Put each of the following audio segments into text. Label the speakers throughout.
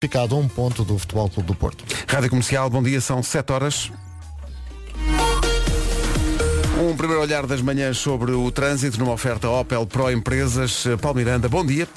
Speaker 1: Ficado a um ponto do Futebol Clube do Porto.
Speaker 2: Rádio Comercial, bom dia, são 7 horas. Um primeiro olhar das manhãs sobre o trânsito numa oferta Opel Pro Empresas. Paulo Miranda, bom dia.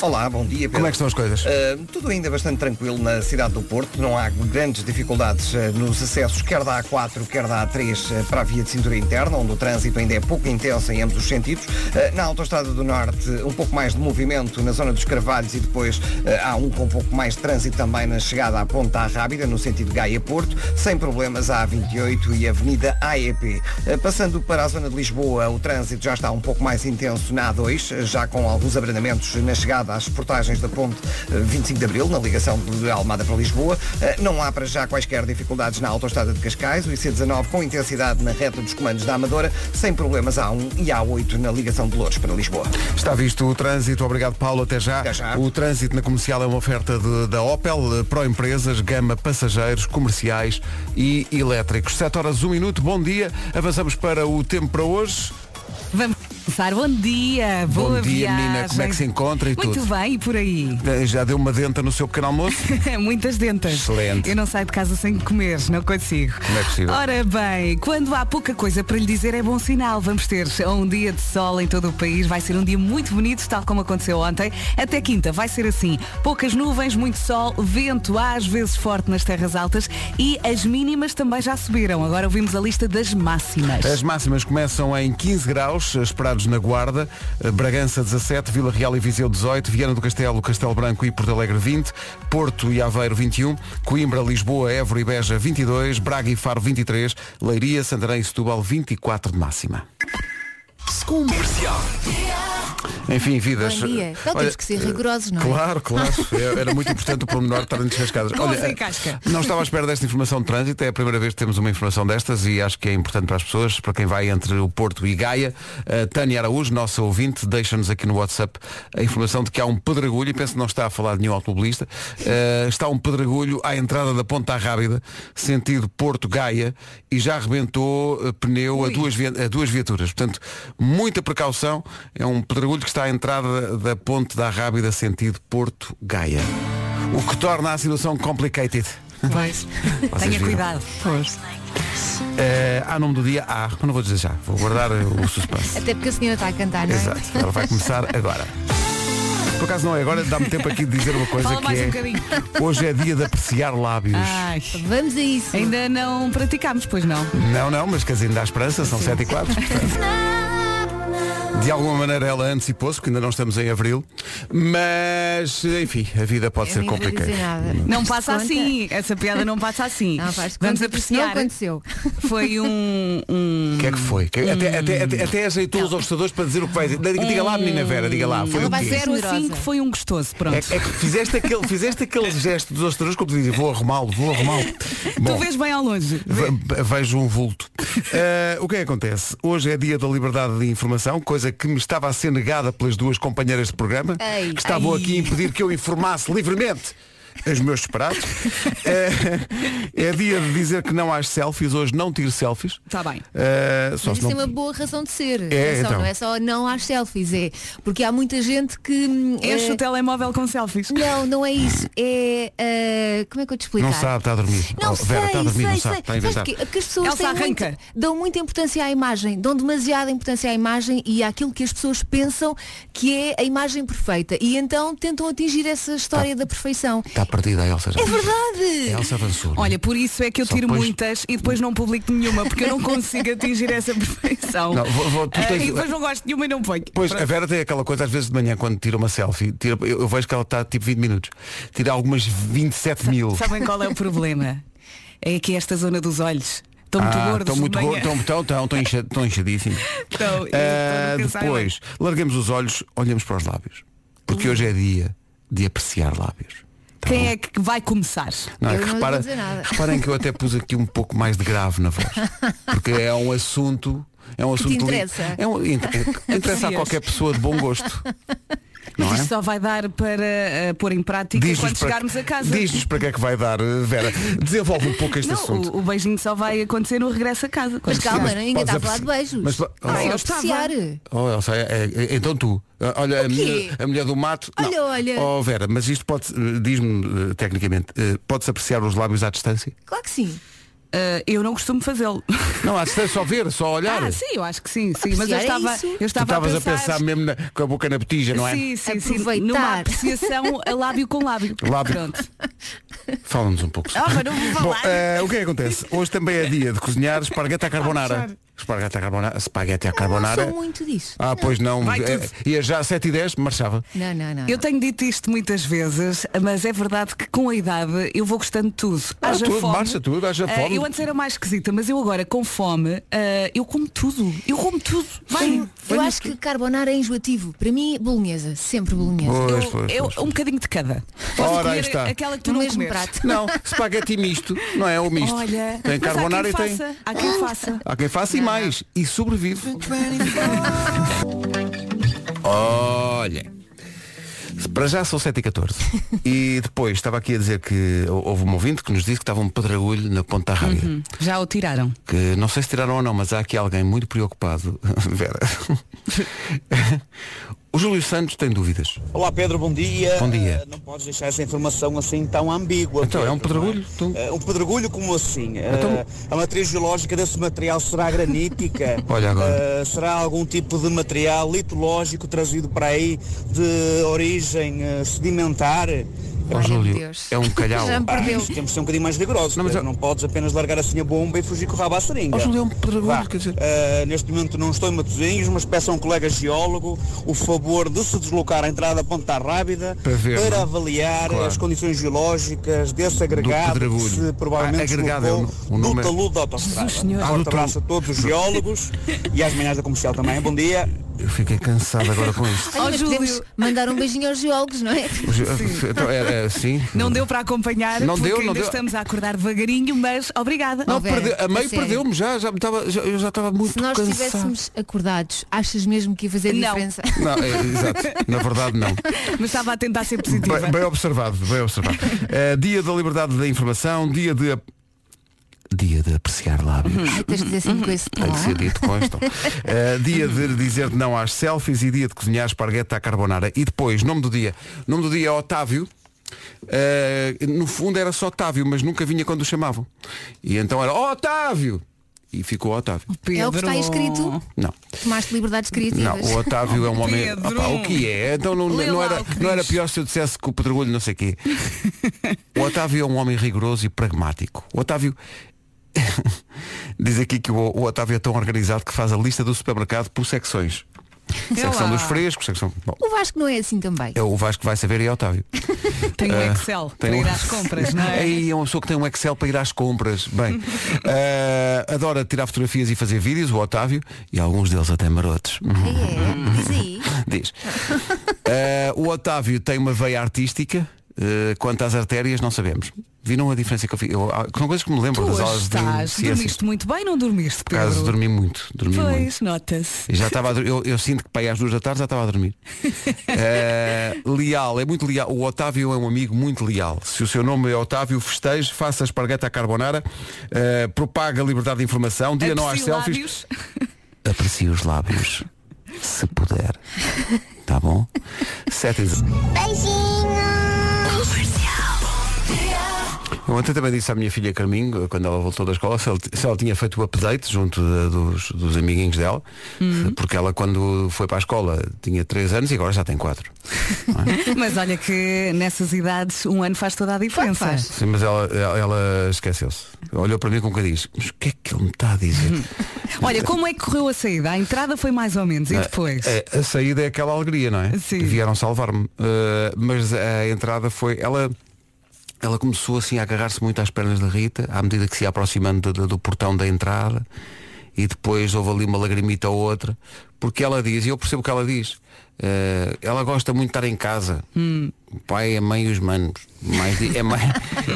Speaker 3: Olá, bom dia. Pedro.
Speaker 2: Como é que estão as coisas?
Speaker 3: Ah, tudo ainda bastante tranquilo na cidade do Porto. Não há grandes dificuldades ah, nos acessos, quer da A4, quer da A3, ah, para a via de cintura interna, onde o trânsito ainda é pouco intenso em ambos os sentidos. Ah, na Autostrada do Norte, um pouco mais de movimento na zona dos Carvalhos e depois ah, há um com um pouco mais de trânsito também na chegada à Ponta Rábida, no sentido Gaia-Porto, sem problemas a A28 e a Avenida AEP. Ah, passando para a zona de Lisboa, o trânsito já está um pouco mais intenso na A2, já com alguns abrandamentos na chegada às portagens da ponte eh, 25 de Abril, na ligação de Almada para Lisboa. Eh, Não há para já quaisquer dificuldades na autoestrada de Cascais, o IC19 com intensidade na reta dos comandos da Amadora, sem problemas A1 e A8 na ligação de Louros para Lisboa.
Speaker 2: Está visto o trânsito, obrigado Paulo, até já.
Speaker 3: Até já.
Speaker 2: O trânsito na comercial é uma oferta de- da Opel eh, Pro Empresas, gama passageiros, comerciais e elétricos. 7 horas, 1 minuto, bom dia. Avançamos para o tempo para hoje.
Speaker 4: Vamos começar. Bom dia,
Speaker 2: Bom
Speaker 4: boa
Speaker 2: dia,
Speaker 4: viagem.
Speaker 2: menina. Como é que se encontra e
Speaker 4: Muito
Speaker 2: tudo?
Speaker 4: bem, e por aí?
Speaker 2: Eh, Já deu uma denta no seu pequeno almoço?
Speaker 4: Muitas dentas.
Speaker 2: Excelente.
Speaker 4: Eu não saio de casa sem comer, não consigo.
Speaker 2: Como é possível?
Speaker 4: Ora bem, quando há pouca coisa para lhe dizer é bom sinal. Vamos ter um dia de sol em todo o país. Vai ser um dia muito bonito, tal como aconteceu ontem. Até quinta vai ser assim. Poucas nuvens, muito sol, vento às vezes forte nas terras altas e as mínimas também já subiram. Agora ouvimos a lista das máximas.
Speaker 2: As máximas começam em 15 graus, esperados na Guarda, eh, Bragança 17, Vila Real e Viseu 18, Viana do Castelo, Castelo Branco e Porto Alegre 20, Porto e Aveiro 21, Coimbra, Lisboa, Évora e Beja 22, Braga e Faro 23, Leiria, Santarém e Setúbal 24 de máxima. Enfim, vidas.
Speaker 5: Bom dia. Não, temos que ser rigorosos, não é?
Speaker 2: Claro, claro. É, Era muito importante o pormenor estar descascadas.
Speaker 4: Com ou sem casca.
Speaker 2: Não estava à espera desta informação de trânsito, é a primeira vez que temos uma informação destas e acho que é importante para as pessoas, para quem vai entre o Porto e Gaia. A Tânia Araújo, nossa ouvinte, deixa-nos aqui no WhatsApp a informação de que há um pedregulho, e penso que não está a falar de nenhum automobilista, eh, está um pedregulho à entrada da Ponta Rábida, sentido Porto-Gaia, e já arrebentou eh, pneu a duas, vi- a duas viaturas. Portanto, muita precaução, é um pedregulho que está à entrada da Ponte da Rábida, sentido Porto-Gaia. O que torna a situação complicated.
Speaker 4: Pois. Tenha
Speaker 2: viram.
Speaker 4: cuidado. Pois.
Speaker 2: Eh, há nome do dia? Há. Mas não vou dizer já. Vou guardar eh, o suspense.
Speaker 5: Até porque a senhora está a cantar, não é?
Speaker 2: Exato. Ela vai começar agora. Por acaso não é agora, dá-me tempo aqui de dizer uma coisa
Speaker 4: Fala
Speaker 2: que
Speaker 4: mais
Speaker 2: é.
Speaker 4: um bocadinho.
Speaker 2: Hoje é dia de apreciar lábios.
Speaker 5: Ah.
Speaker 4: Ai.
Speaker 5: Vamos a isso.
Speaker 4: Ainda não praticámos, pois não.
Speaker 2: Não, não, mas quer dizer, ainda há esperança, são 7 e 4. De alguma maneira ela antecipou-se, porque ainda não estamos em abril. Mas, enfim, a vida pode
Speaker 5: Eu
Speaker 2: ser
Speaker 5: nem vou
Speaker 2: complicada.
Speaker 5: dizer nada.
Speaker 4: Não
Speaker 5: Faz-te
Speaker 4: passa
Speaker 5: conta?
Speaker 4: assim. Essa piada não passa assim.
Speaker 5: Não, faz-te conta
Speaker 4: Vamos
Speaker 5: que isso não
Speaker 4: apreciar.
Speaker 5: aconteceu.
Speaker 4: Foi um. um
Speaker 2: O que é que foi? Que- Até, até,
Speaker 5: Hum.
Speaker 2: até, até ajeitou os obstadores para dizer o que vai dizer. Diga lá, menina Vera, diga lá. Foi
Speaker 5: Ela
Speaker 2: o
Speaker 5: vai
Speaker 2: quê?
Speaker 5: ser
Speaker 4: zero a
Speaker 5: generosa.
Speaker 4: cinco foi um gostoso. Pronto.
Speaker 2: É, é que fizeste aquele, fizeste aquele gesto dos ostras como tu dizes, vou arrumá-lo, vou arrumá-lo.
Speaker 4: Tu
Speaker 2: Bom,
Speaker 4: vês bem ao longe.
Speaker 2: ve- vejo um vulto. Eh, o que é que acontece? Hoje é dia da liberdade de informação, coisa que me estava a ser negada pelas duas companheiras de programa,
Speaker 5: Ei.
Speaker 2: que estavam
Speaker 4: Ai.
Speaker 2: aqui a impedir que eu informasse livremente os meus separados. Eh, é dia de dizer que não há selfies, hoje não tiro selfies.
Speaker 4: Está bem.
Speaker 2: Eh, só
Speaker 5: Tá Mas
Speaker 2: se
Speaker 5: isso
Speaker 2: não...
Speaker 5: é uma boa razão de ser.
Speaker 2: É,
Speaker 5: Atenção,
Speaker 2: então.
Speaker 5: Não é só não às selfies, é porque há muita gente que. hum,
Speaker 4: Enche
Speaker 5: eh,
Speaker 4: o telemóvel com selfies.
Speaker 5: Não, não é isso. É. eh, como é que eu te explicar?
Speaker 2: Não sabe, está a dormir.
Speaker 5: Não
Speaker 2: Oh,
Speaker 5: sei,
Speaker 2: Vera, está a dormir,
Speaker 5: sei,
Speaker 2: não
Speaker 5: sei.
Speaker 2: sabe, está a inventar.
Speaker 5: Sabes que, que as pessoas
Speaker 4: Elsa,
Speaker 5: têm
Speaker 4: arranca.
Speaker 5: muito- dão muita importância à imagem, dão demasiada importância à imagem e àquilo que as pessoas pensam que é a imagem perfeita. E então tentam atingir essa história da perfeição.
Speaker 2: Está Tá perdida a Elsa já.
Speaker 5: É verdade!
Speaker 2: A Ah. Elsa avançou.
Speaker 4: Olha, por isso é que eu
Speaker 2: Só
Speaker 4: tiro
Speaker 2: depois-
Speaker 4: muitas e depois não publico nenhuma, porque eu não consigo atingir essa perfeição.
Speaker 2: Não, vou- vou- tu
Speaker 4: Ah,
Speaker 2: tens-
Speaker 4: E depois não gosto de nenhuma e não ponho.
Speaker 2: Pois, a Vera tem aquela coisa, às vezes de manhã, quando tira uma selfie, tira, eu, eu vejo que ela está tipo 20 minutos, tira algumas 27 mil.
Speaker 4: Sabem qual é o problema? É que esta zona dos olhos. Estão muito
Speaker 2: Ah,
Speaker 4: gordos.
Speaker 2: estão muito
Speaker 4: de manhã.
Speaker 2: gordos, estão- estão- estão- estão encha- estão enxadíssimos.
Speaker 4: Estão, eu estou
Speaker 2: Ah,
Speaker 4: no cansado.
Speaker 2: depois, largamos os olhos, olhamos para os lábios. Porque hoje é dia de apreciar lábios. Tá
Speaker 4: Quem
Speaker 2: bom?
Speaker 4: é que vai começar?
Speaker 2: Não, é
Speaker 5: Eu
Speaker 2: que
Speaker 5: não
Speaker 2: repara-
Speaker 5: vou dizer nada.
Speaker 2: reparem que eu até pus aqui um pouco mais de grave na voz. Porque é um assunto. É um
Speaker 5: te
Speaker 2: assunto li-
Speaker 5: interessa.
Speaker 2: É um, inter- interessa a
Speaker 4: Aprecias.
Speaker 2: qualquer pessoa de bom gosto.
Speaker 4: Mas
Speaker 2: não é?
Speaker 4: isto só vai dar para eh, pôr em prática quando
Speaker 2: para-
Speaker 4: chegarmos a casa.
Speaker 2: Diz-nos para que é que vai dar, eh, Vera. Desenvolve um pouco este
Speaker 4: não,
Speaker 2: assunto.
Speaker 4: o, o beijinho só vai acontecer no regresso a casa.
Speaker 5: Mas
Speaker 4: Quando
Speaker 5: calma, né?
Speaker 4: chegarmos.
Speaker 5: ninguém
Speaker 2: podes
Speaker 5: está a falar de
Speaker 2: apreci-
Speaker 5: beijos.
Speaker 2: mas- Ah,
Speaker 5: Ai,
Speaker 4: eu
Speaker 5: apreciar.
Speaker 2: Oh, Elsa, é- é- é- então tu, Ah, olha, a
Speaker 5: quê?
Speaker 2: mulher, a mulher do mato. não.
Speaker 5: Olha, olha.
Speaker 2: Oh, Vera, mas isto pode, diz-me eh, tecnicamente, eh, pode-se apreciar os lábios à distância?
Speaker 5: Claro que sim.
Speaker 4: Eh, eu não costumo fazê-lo.
Speaker 2: Não, à distância só ver, só olhar.
Speaker 4: Ah, sim, eu acho que sim, sim. Mas eu
Speaker 5: Apreciar é
Speaker 4: estava,
Speaker 5: isso?
Speaker 4: eu
Speaker 2: tu
Speaker 4: estava
Speaker 2: estavas a pensar mesmo na- com a boca na botija, não é?
Speaker 4: Sim, sim, sim,
Speaker 5: Aproveitar.
Speaker 4: Numa apreciação a lábio com lábio.
Speaker 2: Lábio.
Speaker 4: Pronto.
Speaker 2: Fala-nos um pouco.
Speaker 5: Ah, mas não vou
Speaker 2: Bom,
Speaker 5: falar.
Speaker 2: eh, o que é que acontece? Hoje também é dia de cozinhar esparguete à carbonara. Esparguete à carbonara. Espaguete à carbonara.
Speaker 5: Não sou muito disso.
Speaker 2: Ah, pois não.
Speaker 4: Ah, Vai
Speaker 2: Eh,
Speaker 4: tudo.
Speaker 2: Ia já às 7h10, marchava.
Speaker 5: Não, não, não.
Speaker 4: Eu tenho dito isto muitas vezes, mas é verdade que com a idade eu vou gostando de tudo.
Speaker 2: Ah,
Speaker 4: Haja
Speaker 2: tudo,
Speaker 4: fome.
Speaker 2: marcha tudo, haja
Speaker 4: Ah,
Speaker 2: fome.
Speaker 4: eu antes era mais esquisita, mas eu agora, com fome, ah, eu como tudo. Eu como tudo. Vai.
Speaker 5: Sim, eu acho que carbonara é enjoativo. Para mim, bolonhesa. Sempre bolonhesa.
Speaker 2: Boa.
Speaker 4: Eu,
Speaker 2: Pois, pois,
Speaker 4: eu-
Speaker 2: pois, pois.
Speaker 4: um bocadinho de cada. Posso
Speaker 2: Ora, aí
Speaker 4: comer
Speaker 2: está.
Speaker 4: aquela que tu
Speaker 5: No
Speaker 4: não
Speaker 5: mesmo
Speaker 4: comes.
Speaker 5: prato.
Speaker 2: Não, espaguete misto, não é? O misto.
Speaker 4: Olha,
Speaker 2: tem
Speaker 4: mas
Speaker 2: carbonara e
Speaker 4: há quem
Speaker 2: tem.
Speaker 4: faça, Há quem faça.
Speaker 2: Há quem faça e mais. E sobrevive. Olha. Para já são 7 e 14 E depois estava aqui a dizer que houve um ouvinte que nos disse que estava um pedregulho na ponta da rádio.
Speaker 4: Já o tiraram.
Speaker 2: que não sei se tiraram ou não, mas há aqui alguém muito preocupado, Vera. o Júlio Santos tem dúvidas.
Speaker 6: Olá Pedro, bom dia.
Speaker 2: Bom dia.
Speaker 6: Eh, Não podes deixar essa informação assim tão ambígua.
Speaker 2: Então, é um
Speaker 6: Pedro, não
Speaker 2: pedregulho, tu.
Speaker 6: Eh, Um pedregulho como assim? Eh,
Speaker 2: Então-
Speaker 6: A matriz geológica desse material será granítica?
Speaker 2: Olha agora.
Speaker 6: Eh, será algum tipo de material litológico trazido para aí de origem eh, sedimentar?
Speaker 2: Ó
Speaker 5: Ai,
Speaker 2: Júlio,
Speaker 5: meu Deus.
Speaker 2: é um calhau.
Speaker 5: Já me
Speaker 6: Ah,
Speaker 5: perdeu.
Speaker 6: isto temos de ser um bocadinho mais rigorosos.
Speaker 2: Não,
Speaker 6: Não,
Speaker 2: mas eu-
Speaker 6: não podes apenas largar assim a bomba e fugir com o rabo à seringa.
Speaker 2: Ó, Júlio, é um pedregulho,
Speaker 6: Vá,
Speaker 2: quer dizer-
Speaker 6: eh, neste momento não estou em Matosinhos, mas peço a um colega geólogo o favor de se deslocar à entrada da Ponta Rábida
Speaker 2: Para ver, não?
Speaker 6: avaliar
Speaker 2: Claro.
Speaker 6: as condições geológicas desse agregado que
Speaker 2: pedregulho.
Speaker 6: se
Speaker 2: Ah,
Speaker 6: provavelmente
Speaker 2: agregado
Speaker 6: deslocou
Speaker 2: é o- o nome
Speaker 6: do
Speaker 2: é-
Speaker 6: talude da autostrada.
Speaker 4: Jesus, senhor.
Speaker 6: Um
Speaker 2: Ah, do
Speaker 6: forte
Speaker 2: talude.
Speaker 6: abraço a todos os geólogos e às manhãs da comercial também. Bom dia.
Speaker 2: Eu fiquei cansado agora com isto.
Speaker 5: Olha,
Speaker 4: Ó,
Speaker 5: mas
Speaker 4: Júlio.
Speaker 5: podemos mandar um beijinho aos geólogos, não é?
Speaker 2: O Ju- então, é- é, sim.
Speaker 4: Não deu para acompanhar,
Speaker 2: Não
Speaker 4: porque
Speaker 2: deu, não
Speaker 4: ainda
Speaker 2: deu.
Speaker 4: estamos a acordar devagarinho, mas obrigada.
Speaker 5: Não,
Speaker 2: Ah, perdeu- a
Speaker 5: Vera, é, a
Speaker 2: meio
Speaker 5: sério.
Speaker 2: perdeu-me já, já, me tava, já- eu já estava muito
Speaker 5: Se nós
Speaker 2: cansado.
Speaker 5: estivéssemos acordados, achas mesmo que ia fazer
Speaker 4: Não.
Speaker 5: diferença?
Speaker 2: Não, é, exato. Na verdade não.
Speaker 4: Mas estava a tentar ser positiva.
Speaker 2: Bem, bem observado, bem observado. Eh, dia da liberdade da informação, dia de. ap- Dia de apreciar lábios.
Speaker 5: Ai, tens de dizer assim com esse tom.
Speaker 2: Tem de ser
Speaker 5: ah?
Speaker 2: dito, constam. Uh, dia de dizer não às selfies e dia de cozinhar esparguete à carbonara. E depois, nome do dia. Nome do dia é Otávio. Uh, no fundo era só Otávio, mas nunca vinha quando o chamavam. E então era Otávio! E ficou Otávio.
Speaker 5: É o que está aí escrito.
Speaker 2: Não.
Speaker 5: Tomaste liberdades
Speaker 2: Não,
Speaker 5: criativas.
Speaker 2: o Otávio é um homem.
Speaker 4: Pedro.
Speaker 2: Opá, o que é? Então não,
Speaker 4: Lê
Speaker 2: não
Speaker 4: lá
Speaker 2: era,
Speaker 4: o que
Speaker 2: não era
Speaker 4: diz.
Speaker 2: pior se eu dissesse que o pedregulho não sei quê. O Otávio é um homem rigoroso e pragmático. O Otávio. Diz aqui que o, o Otávio é tão organizado que faz a lista do supermercado por secções. secção
Speaker 4: lá.
Speaker 2: dos frescos, secção. Bom,
Speaker 5: O Vasco não é assim também.
Speaker 2: é o Vasco vai saber e é Otávio.
Speaker 4: Tem o um
Speaker 2: É,
Speaker 4: Excel para
Speaker 2: um
Speaker 4: ir às compras, não é?
Speaker 2: Aí é uma pessoa que tem um Excel para ir às compras. Bem, eh, adora tirar fotografias e fazer vídeos, o Otávio, e alguns deles até marotos. Uhum.
Speaker 5: É, diz aí.
Speaker 2: Diz. Eh, o Otávio tem uma veia artística. eh, quanto às artérias, não sabemos. Viram a diferença que eu fiz? Eu, ah, são coisas que me lembro
Speaker 4: Tu
Speaker 2: das
Speaker 4: hoje
Speaker 2: aulas
Speaker 4: estás,
Speaker 2: de ciência.
Speaker 4: dormiste muito bem, não dormiste,
Speaker 2: é assim. Por
Speaker 4: Pedro?
Speaker 2: acaso dormi muito. Dormi muito.
Speaker 4: Pois, nota-se.
Speaker 2: E Já estava a dur- eu, eu sinto que para aí às duas da tarde já estava a dormir. Eh, leal, é muito leal. O Otávio é um amigo muito leal. Se o seu nome é Otávio, festeje, faça espargueta à carbonara, eh, propaga a liberdade de informação, diga não às
Speaker 4: Aprecie
Speaker 2: selfies.
Speaker 4: lábios.
Speaker 2: Aprecie os lábios, se puder. Tá bom? Sete e dez- Eu ontem também disse à minha filha Carminho, quando ela voltou da escola, se ela, se ela tinha feito o update junto de- dos, dos amiguinhos dela,
Speaker 4: Uhum.
Speaker 2: porque ela quando foi para a escola tinha 3 anos e agora já tem 4.
Speaker 4: Mas olha que nessas idades um ano faz toda a diferença.
Speaker 5: Claro que faz.
Speaker 2: Sim, mas ela, ela, ela esqueceu-se. Olhou para mim com um bocadinho diz, mas o que é que ele me está a dizer?
Speaker 4: Olha, como é que correu a saída? A entrada foi mais ou menos e depois?
Speaker 2: É, a saída é aquela alegria, não é?
Speaker 4: Sim.
Speaker 2: Vieram salvar-me. Uh, mas a entrada foi. Ela, ela começou assim a agarrar-se muito às pernas da Rita, à medida que se ia aproximando do, do portão da entrada. E depois houve ali uma lagrimita ou outra. ah,
Speaker 4: Hum.
Speaker 2: Porque ela diz, e eu percebo o que ela diz, uh, ela gosta muito de estar em casa. O pai, a mãe e os manos. Mais di- é, mais,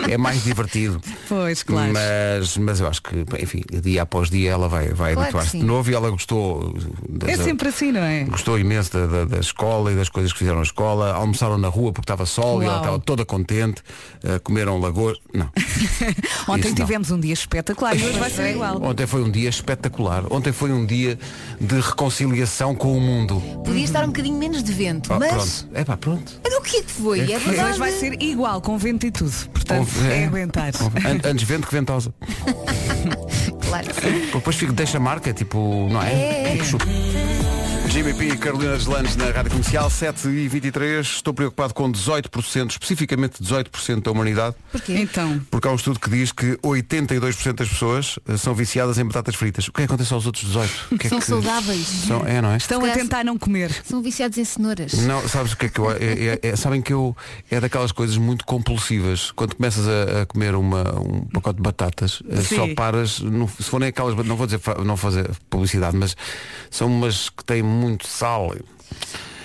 Speaker 2: é mais divertido.
Speaker 4: Pois, claro.
Speaker 2: Mas, mas eu acho que, enfim, dia após dia ela vai, vai
Speaker 5: Claro que
Speaker 2: habituar-se de
Speaker 5: sim.
Speaker 2: novo e ela gostou. da-
Speaker 4: É
Speaker 2: da-
Speaker 4: sempre assim, não é?
Speaker 2: Gostou imenso da, da- da escola e das coisas que fizeram na escola. Almoçaram na rua porque estava sol e ela
Speaker 4: Uau.
Speaker 2: estava toda contente. Uh, comeram lagosta. Não.
Speaker 4: Ontem
Speaker 2: Isso não.
Speaker 4: tivemos um dia espetacular e hoje vai ser igual.
Speaker 2: Ontem foi um dia espetacular. Ontem foi um dia de reconciliação com o mundo.
Speaker 5: Podia estar um bocadinho menos de vento,
Speaker 2: Ah,
Speaker 5: mas.
Speaker 2: Pronto. É pá, pronto.
Speaker 5: Olha O que é que foi? É
Speaker 4: Mas
Speaker 5: verdade.
Speaker 4: hoje vai ser igual, com vento e tudo. Portanto,
Speaker 2: Houve-
Speaker 4: é,
Speaker 2: é.
Speaker 4: aguentar.
Speaker 2: An- Antes vento que ventosa.
Speaker 5: Claro.
Speaker 2: Porque Depois fico, deixa a marca, tipo, não é?
Speaker 5: É, é.
Speaker 2: Fico chupo. Jimmy P e Carolina Deslandes na Rádio Comercial 7 e 23 Estou preocupado com 18%, especificamente 18% da humanidade
Speaker 5: Porquê?
Speaker 4: Então,
Speaker 2: Porque há um estudo que diz que 82% das pessoas eh, são viciadas em batatas fritas O que é que acontece aos outros 18? O que é
Speaker 5: São
Speaker 2: que-
Speaker 5: saudáveis.
Speaker 2: São- é, não é?
Speaker 4: estão a
Speaker 5: calhar-
Speaker 4: tentar não comer.
Speaker 5: São viciados em cenouras.
Speaker 2: Não, sabes o que é que eu. é- é- é- sabem que eu. É daquelas coisas muito compulsivas. Quando começas a, a comer uma, um pacote de batatas, eh,
Speaker 4: Sim.
Speaker 2: só paras. não- se forem aquelas. bat- Não vou dizer. fa- Não vou fazer publicidade, mas são umas que têm muito sal.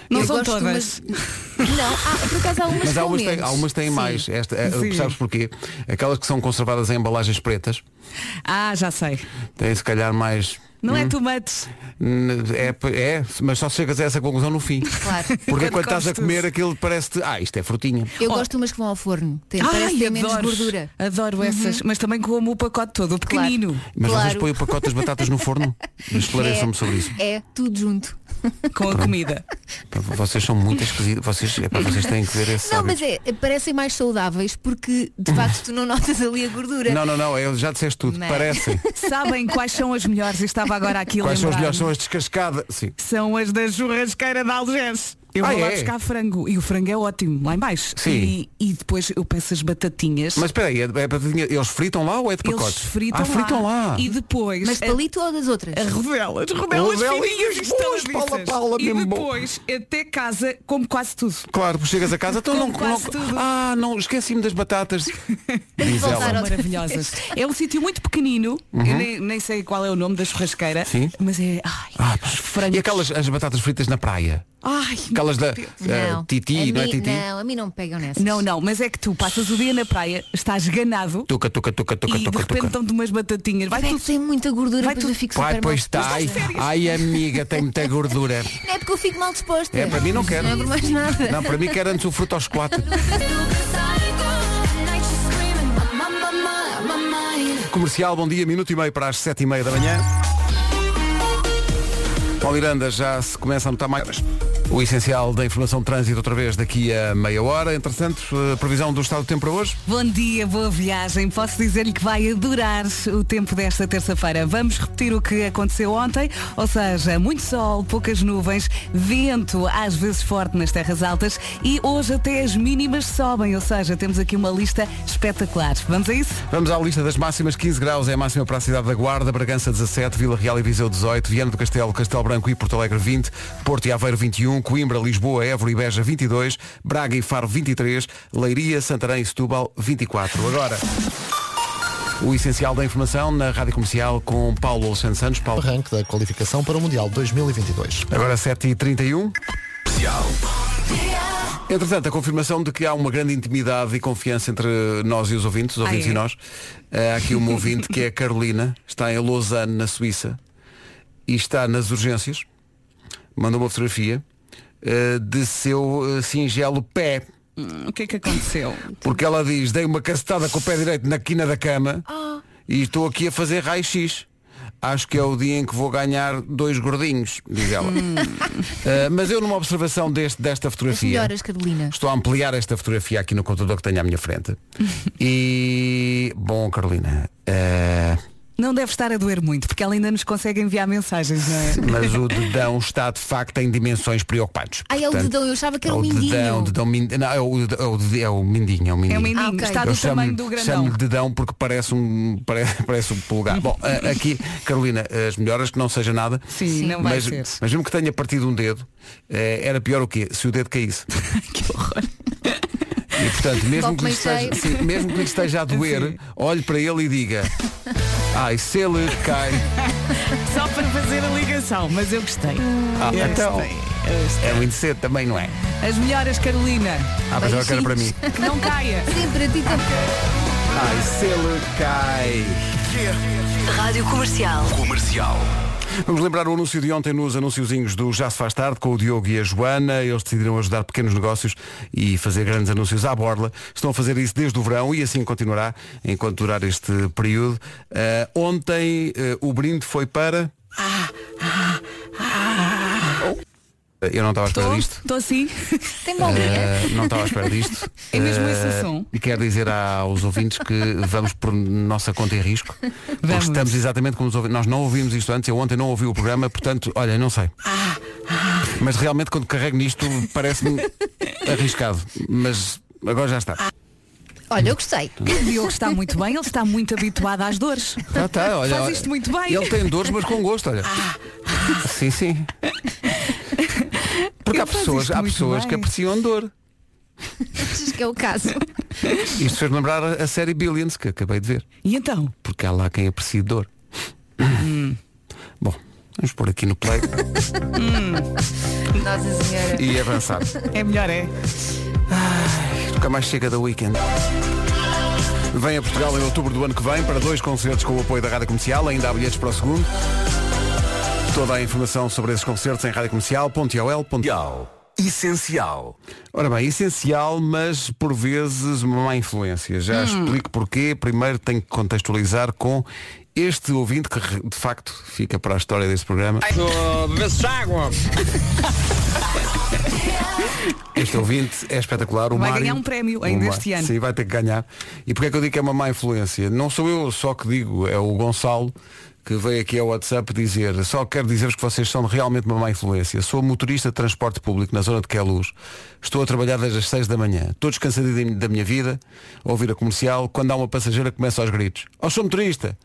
Speaker 4: Não
Speaker 5: Eu
Speaker 4: são
Speaker 5: gosto de
Speaker 4: todas.
Speaker 5: umas- Não, há, por acaso há umas
Speaker 2: Mas há
Speaker 5: com
Speaker 2: umas, têm,
Speaker 5: menos.
Speaker 2: há umas têm
Speaker 5: Sim.
Speaker 2: mais. Esta, eh,
Speaker 4: Sim.
Speaker 2: sabes porquê? Aquelas que são conservadas em embalagens pretas
Speaker 4: Ah, já sei.
Speaker 2: têm se calhar mais.
Speaker 4: Não é tomates.
Speaker 2: n- É, é, mas só chegas a essa conclusão no fim.
Speaker 5: Claro.
Speaker 2: Porque
Speaker 4: Quando
Speaker 2: quando estás a
Speaker 4: comes
Speaker 2: comer aquilo parece-te. Ah, isto é frutinha.
Speaker 5: Eu
Speaker 4: Oh.
Speaker 5: gosto de umas que vão ao forno. Tem, parece
Speaker 4: Ai,
Speaker 5: que tem menos
Speaker 4: adoro.
Speaker 5: gordura. Uhum.
Speaker 4: Adoro essas. Mas também como o pacote todo, o
Speaker 5: Claro.
Speaker 4: pequenino.
Speaker 2: Mas vocês
Speaker 5: Claro.
Speaker 2: põem o pacote das batatas no forno? Esclareçam-me
Speaker 5: É-
Speaker 2: sobre isso.
Speaker 5: É, tudo junto.
Speaker 4: Com a comida.
Speaker 2: Pá, Vocês são muito esquisitos. Vocês, epá, vocês têm que ver esse
Speaker 5: Não,
Speaker 2: hábito.
Speaker 5: mas é, parecem mais saudáveis porque de facto tu não notas ali a gordura.
Speaker 2: Não, não, não, eu já disseste tudo.
Speaker 5: Mas-
Speaker 2: Parecem.
Speaker 4: Sabem quais são as melhores? Eu estava agora aqui a
Speaker 2: Quais são as
Speaker 4: lembrar-me.
Speaker 2: melhores? São as descascadas. Sim.
Speaker 4: São as da churrasqueira de Algés. Eu
Speaker 2: Ah,
Speaker 4: vou lá
Speaker 2: é?
Speaker 4: buscar frango. E o frango é ótimo, lá em baixo.
Speaker 2: Sim.
Speaker 4: E, e depois eu peço as batatinhas.
Speaker 2: Mas espera aí, é- é batatinha- eles fritam lá ou é de
Speaker 4: eles
Speaker 2: pacote?
Speaker 4: fritam,
Speaker 2: ah, fritam lá.
Speaker 4: E depois.
Speaker 2: é-
Speaker 5: Mas palito ou das outras?
Speaker 4: a rodelas, rodelas
Speaker 2: Rodelinhas
Speaker 4: fininhas que
Speaker 2: boas,
Speaker 4: estão lisas.
Speaker 2: Paula, Paula,
Speaker 4: E
Speaker 2: mesmo bom.
Speaker 4: depois, até casa, como quase tudo.
Speaker 2: Claro, porque chegas a casa, então não,
Speaker 4: Com quase
Speaker 2: não-
Speaker 4: tudo.
Speaker 2: Ah, não, esqueci-me das batatas. Diz
Speaker 5: voltar
Speaker 2: ela.
Speaker 5: ao-
Speaker 4: Maravilhosas. É um sítio muito pequenino, eu nem, nem sei qual é o nome da churrasqueira,
Speaker 2: Uhum. Sim.
Speaker 4: mas é. Ai,
Speaker 2: Ah,
Speaker 4: os frangos.
Speaker 2: e aquelas as batatas fritas na praia?
Speaker 4: Ai,
Speaker 2: Aquelas da eh,
Speaker 5: Não.
Speaker 2: Titi,
Speaker 5: a
Speaker 2: não é
Speaker 5: mim-
Speaker 2: Titi?
Speaker 5: Não, a mim não me pegam nessas.
Speaker 4: Não, não, mas é que tu passas o dia na praia, estás ganado
Speaker 2: Tuca, tuca, tuca, tuca,
Speaker 4: e de
Speaker 2: tuca,
Speaker 4: repente
Speaker 2: tuca.
Speaker 4: estão-te umas batatinhas. Vai
Speaker 5: Vai
Speaker 4: tudo.
Speaker 5: tem muita gordura,
Speaker 4: Vai
Speaker 5: depois
Speaker 4: tu-
Speaker 5: eu fico
Speaker 2: Pai,
Speaker 5: super
Speaker 2: pois tá, está.
Speaker 5: mal disposta.
Speaker 2: Ai, ai, amiga, tem muita gordura.
Speaker 5: Não é porque eu fico mal disposta.
Speaker 2: É, para mim não quero.
Speaker 5: Não é por mais nada.
Speaker 2: Não, para mim quer antes o fruto ao chocolate. Comercial, bom dia, minuto e meio para as sete e meia da manhã. Paulo Miranda já se começa a notar mais. O essencial da informação de trânsito outra vez daqui a meia hora. Entretanto, a previsão do estado do tempo para hoje.
Speaker 4: Bom dia, boa viagem. Posso dizer-lhe que vai adorar o tempo desta terça-feira. Vamos repetir o que aconteceu ontem, ou seja, muito sol, poucas nuvens, vento às vezes forte nas terras altas e hoje até as mínimas sobem, ou seja, temos aqui uma lista espetacular. Vamos a isso?
Speaker 2: Vamos à lista das máximas. 15 graus é a máxima para a cidade da Guarda, Bragança 17, Vila Real e Viseu 18, Viana do Castelo, Castelo Branco e Porto Alegre 20, Porto e Aveiro 21, Coimbra, Lisboa, Évora e Beja 22, Braga e Faro 23, Leiria, Santarém e Setúbal 24. Agora, o essencial da informação na Rádio Comercial com Paulo Alexandre Santos. Paulo,
Speaker 1: Arranque da qualificação para o Mundial 2022.
Speaker 2: agora 7h31. Entretanto, a confirmação de que há uma grande intimidade e confiança entre nós e os ouvintes, os
Speaker 4: Ah,
Speaker 2: ouvintes
Speaker 4: é?
Speaker 2: e nós. Há aqui uma ouvinte que é a Carolina, está em Lausanne, na Suíça, e está nas urgências, mandou uma fotografia eh, de seu eh, singelo pé,
Speaker 4: O que é que aconteceu?
Speaker 2: porque ela diz, dei uma cacetada com o pé direito na quina da cama
Speaker 5: Ah.
Speaker 2: e estou aqui a fazer raio-x. Acho que é o dia em que vou ganhar dois gordinhos, diz ela.
Speaker 5: Hum.
Speaker 2: Eh, mas eu numa observação deste- desta
Speaker 5: As
Speaker 2: fotografia.
Speaker 5: melhoras, Carolina.
Speaker 2: Estou a ampliar esta fotografia aqui no computador que tenho à minha frente. E. Bom, Carolina. eh,
Speaker 4: Não deve estar a doer muito, porque ela ainda nos consegue enviar mensagens, não é?
Speaker 2: mas o dedão está de facto em dimensões preocupantes.
Speaker 5: Ah, é o
Speaker 2: Portanto,
Speaker 5: dedão, eu achava que
Speaker 2: é
Speaker 5: era
Speaker 2: o
Speaker 5: o mindinho.
Speaker 2: dedão, o dedão, min- não, é o, dedão- é o dedinho, é o mindinho, é o mindinho.
Speaker 4: É um menino,
Speaker 5: Ah, ok.
Speaker 4: está do
Speaker 2: Eu
Speaker 4: tamanho
Speaker 2: chamo-lhe
Speaker 4: do
Speaker 2: chamo-lhe
Speaker 4: grandão.
Speaker 2: dedão porque parece um, parece, parece um polegar. Bom, a- aqui, Carolina, as melhoras que não seja nada.
Speaker 4: Sim, não vai
Speaker 2: mas,
Speaker 4: ser.
Speaker 2: mas mesmo que tenha partido um dedo, eh, era pior o quê? Se o dedo caísse.
Speaker 4: que horror.
Speaker 2: E Portanto, mesmo que, lhe
Speaker 5: meio
Speaker 2: esteja,
Speaker 5: cheio.
Speaker 2: sim, mesmo que lhe esteja a doer, olhe para ele e diga. Ai, se ele cai.
Speaker 4: Só para fazer a ligação, mas eu gostei.
Speaker 2: Ah,
Speaker 4: Eu
Speaker 2: então.
Speaker 4: gostei, eu gostei.
Speaker 2: É muito cedo também, não é?
Speaker 4: As melhoras, Carolina.
Speaker 2: Ah, mas ela quer para mim.
Speaker 4: Que não caia.
Speaker 5: Sempre a ti também.
Speaker 2: Ai, se ele cai.
Speaker 7: Rádio Comercial.
Speaker 2: Vamos lembrar o anúncio de ontem nos anunciozinhos do Já se faz tarde com o Diogo e a Joana. Eles decidiram ajudar pequenos negócios e fazer grandes anúncios à borla. Estão a fazer isso desde o verão e assim continuará enquanto durar este período. Ah, ontem eh, o brinde foi para. Oh. Eu não estava à espera disto.
Speaker 4: Estou assim.
Speaker 5: Tem bolinha.
Speaker 2: Uh, não estava à espera disto.
Speaker 4: É mesmo esse o
Speaker 2: Uh,
Speaker 4: som?
Speaker 2: E quero dizer aos ouvintes que vamos por nossa conta e risco. Porque
Speaker 4: Vamos.
Speaker 2: estamos exatamente como os ouvintes. Nós não ouvimos isto antes, eu ontem não ouvi o programa, portanto, olha, não sei.
Speaker 4: Ah,
Speaker 2: Mas realmente quando carrego nisto parece-me arriscado. Mas agora já
Speaker 4: Ah.
Speaker 2: está.
Speaker 5: Olha, eu gostei.
Speaker 4: O Diogo está muito bem, ele está muito habituado às dores.
Speaker 2: Já está, olha.
Speaker 4: Faz isto muito bem. Ah,
Speaker 2: Ele tem dores, mas com gosto, olha. Sim, sim. Porque
Speaker 4: Ele
Speaker 2: há
Speaker 4: faz
Speaker 2: pessoas,
Speaker 4: isto
Speaker 2: há
Speaker 4: muito
Speaker 2: pessoas
Speaker 4: bem.
Speaker 2: que apreciam dor.
Speaker 5: Achas que é o caso?
Speaker 2: Isto fez-me lembrar a a série Billions que acabei de ver.
Speaker 4: E então?
Speaker 2: porque há lá quem aprecie dor. Bom, vamos pôr aqui no play
Speaker 5: Nossa Senhora.
Speaker 2: e avançar.
Speaker 4: É melhor, é?
Speaker 2: Nunca mais chega da weekend. Vem a Portugal em outubro do ano que vem para dois concertos com o apoio da Rádio Comercial, ainda há bilhetes para o segundo. Toda a informação sobre esses concertos em radiocomercial.ol.pt
Speaker 8: Essencial.
Speaker 2: Ora bem, essencial, mas por vezes uma má influência. Já explico porquê. Primeiro tenho que contextualizar com este ouvinte que re- de facto fica para a história deste programa.
Speaker 6: Bebesse água.
Speaker 2: Este ouvinte é espetacular. O
Speaker 4: Vai
Speaker 2: Mário-
Speaker 4: ganhar um prémio ainda
Speaker 2: o Ma-
Speaker 4: este ano.
Speaker 2: Sim, vai ter que ganhar. E porquê é que eu digo que é uma má influência? Não sou eu só que digo, é o Gonçalo que veio aqui ao WhatsApp dizer só quero dizer-vos que vocês são realmente uma má influência. Sou motorista de transporte público na zona de Queluz. Estou a trabalhar desde as 6 da manhã. Estou descansadinho da minha vida, a ouvir a comercial. Quando há uma passageira começa aos gritos. Ó, sou motorista,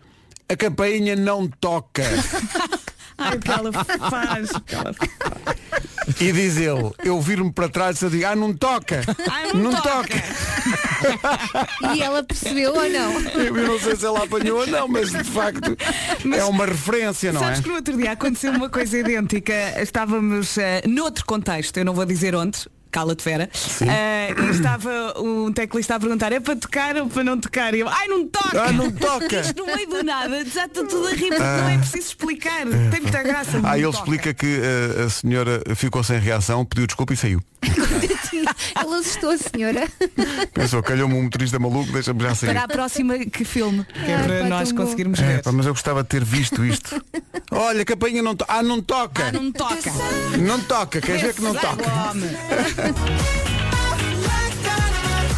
Speaker 2: a campainha não toca.
Speaker 4: Ai, o que ela faz.
Speaker 2: E diz ele, eu viro-me para trás e digo, ah, não toca.
Speaker 4: Ai, Ah, não toca.
Speaker 5: E ela percebeu ou não?
Speaker 2: Eu eu não sei se ela apanhou ou não, mas de facto
Speaker 4: Mas
Speaker 2: é uma referência, não
Speaker 4: Sabes
Speaker 2: é?
Speaker 4: que no outro dia aconteceu uma coisa idêntica. Estávamos eh, noutro contexto, eu não vou dizer onde. Cala-te, Vera. Eh, e estava um teclista a perguntar é para tocar ou para não tocar? E eu, ai, não toca!
Speaker 2: Ah, não toca!
Speaker 4: Isto no meio do nada, já está tudo a rir, porque não é preciso explicar. Tem muita graça. não
Speaker 2: Ah, ele
Speaker 4: toca.
Speaker 2: explica que eh, a senhora ficou sem reação, pediu desculpa e saiu.
Speaker 5: Ela assustou a senhora.
Speaker 2: Pensou, calhou-me um motorista maluco, deixa-me já sair.
Speaker 4: Para a próxima, que filme? Que é
Speaker 5: Ah,
Speaker 4: para
Speaker 5: pá,
Speaker 4: nós
Speaker 5: tão bom.
Speaker 4: conseguirmos
Speaker 2: É,
Speaker 4: ver.
Speaker 2: pá, mas eu gostava de ter visto isto. Olha, que a campainha não toca. Ah, não toca!
Speaker 4: Ah, não toca.
Speaker 2: Não toca, queres ver que não
Speaker 4: Esse
Speaker 2: toca?
Speaker 4: homem.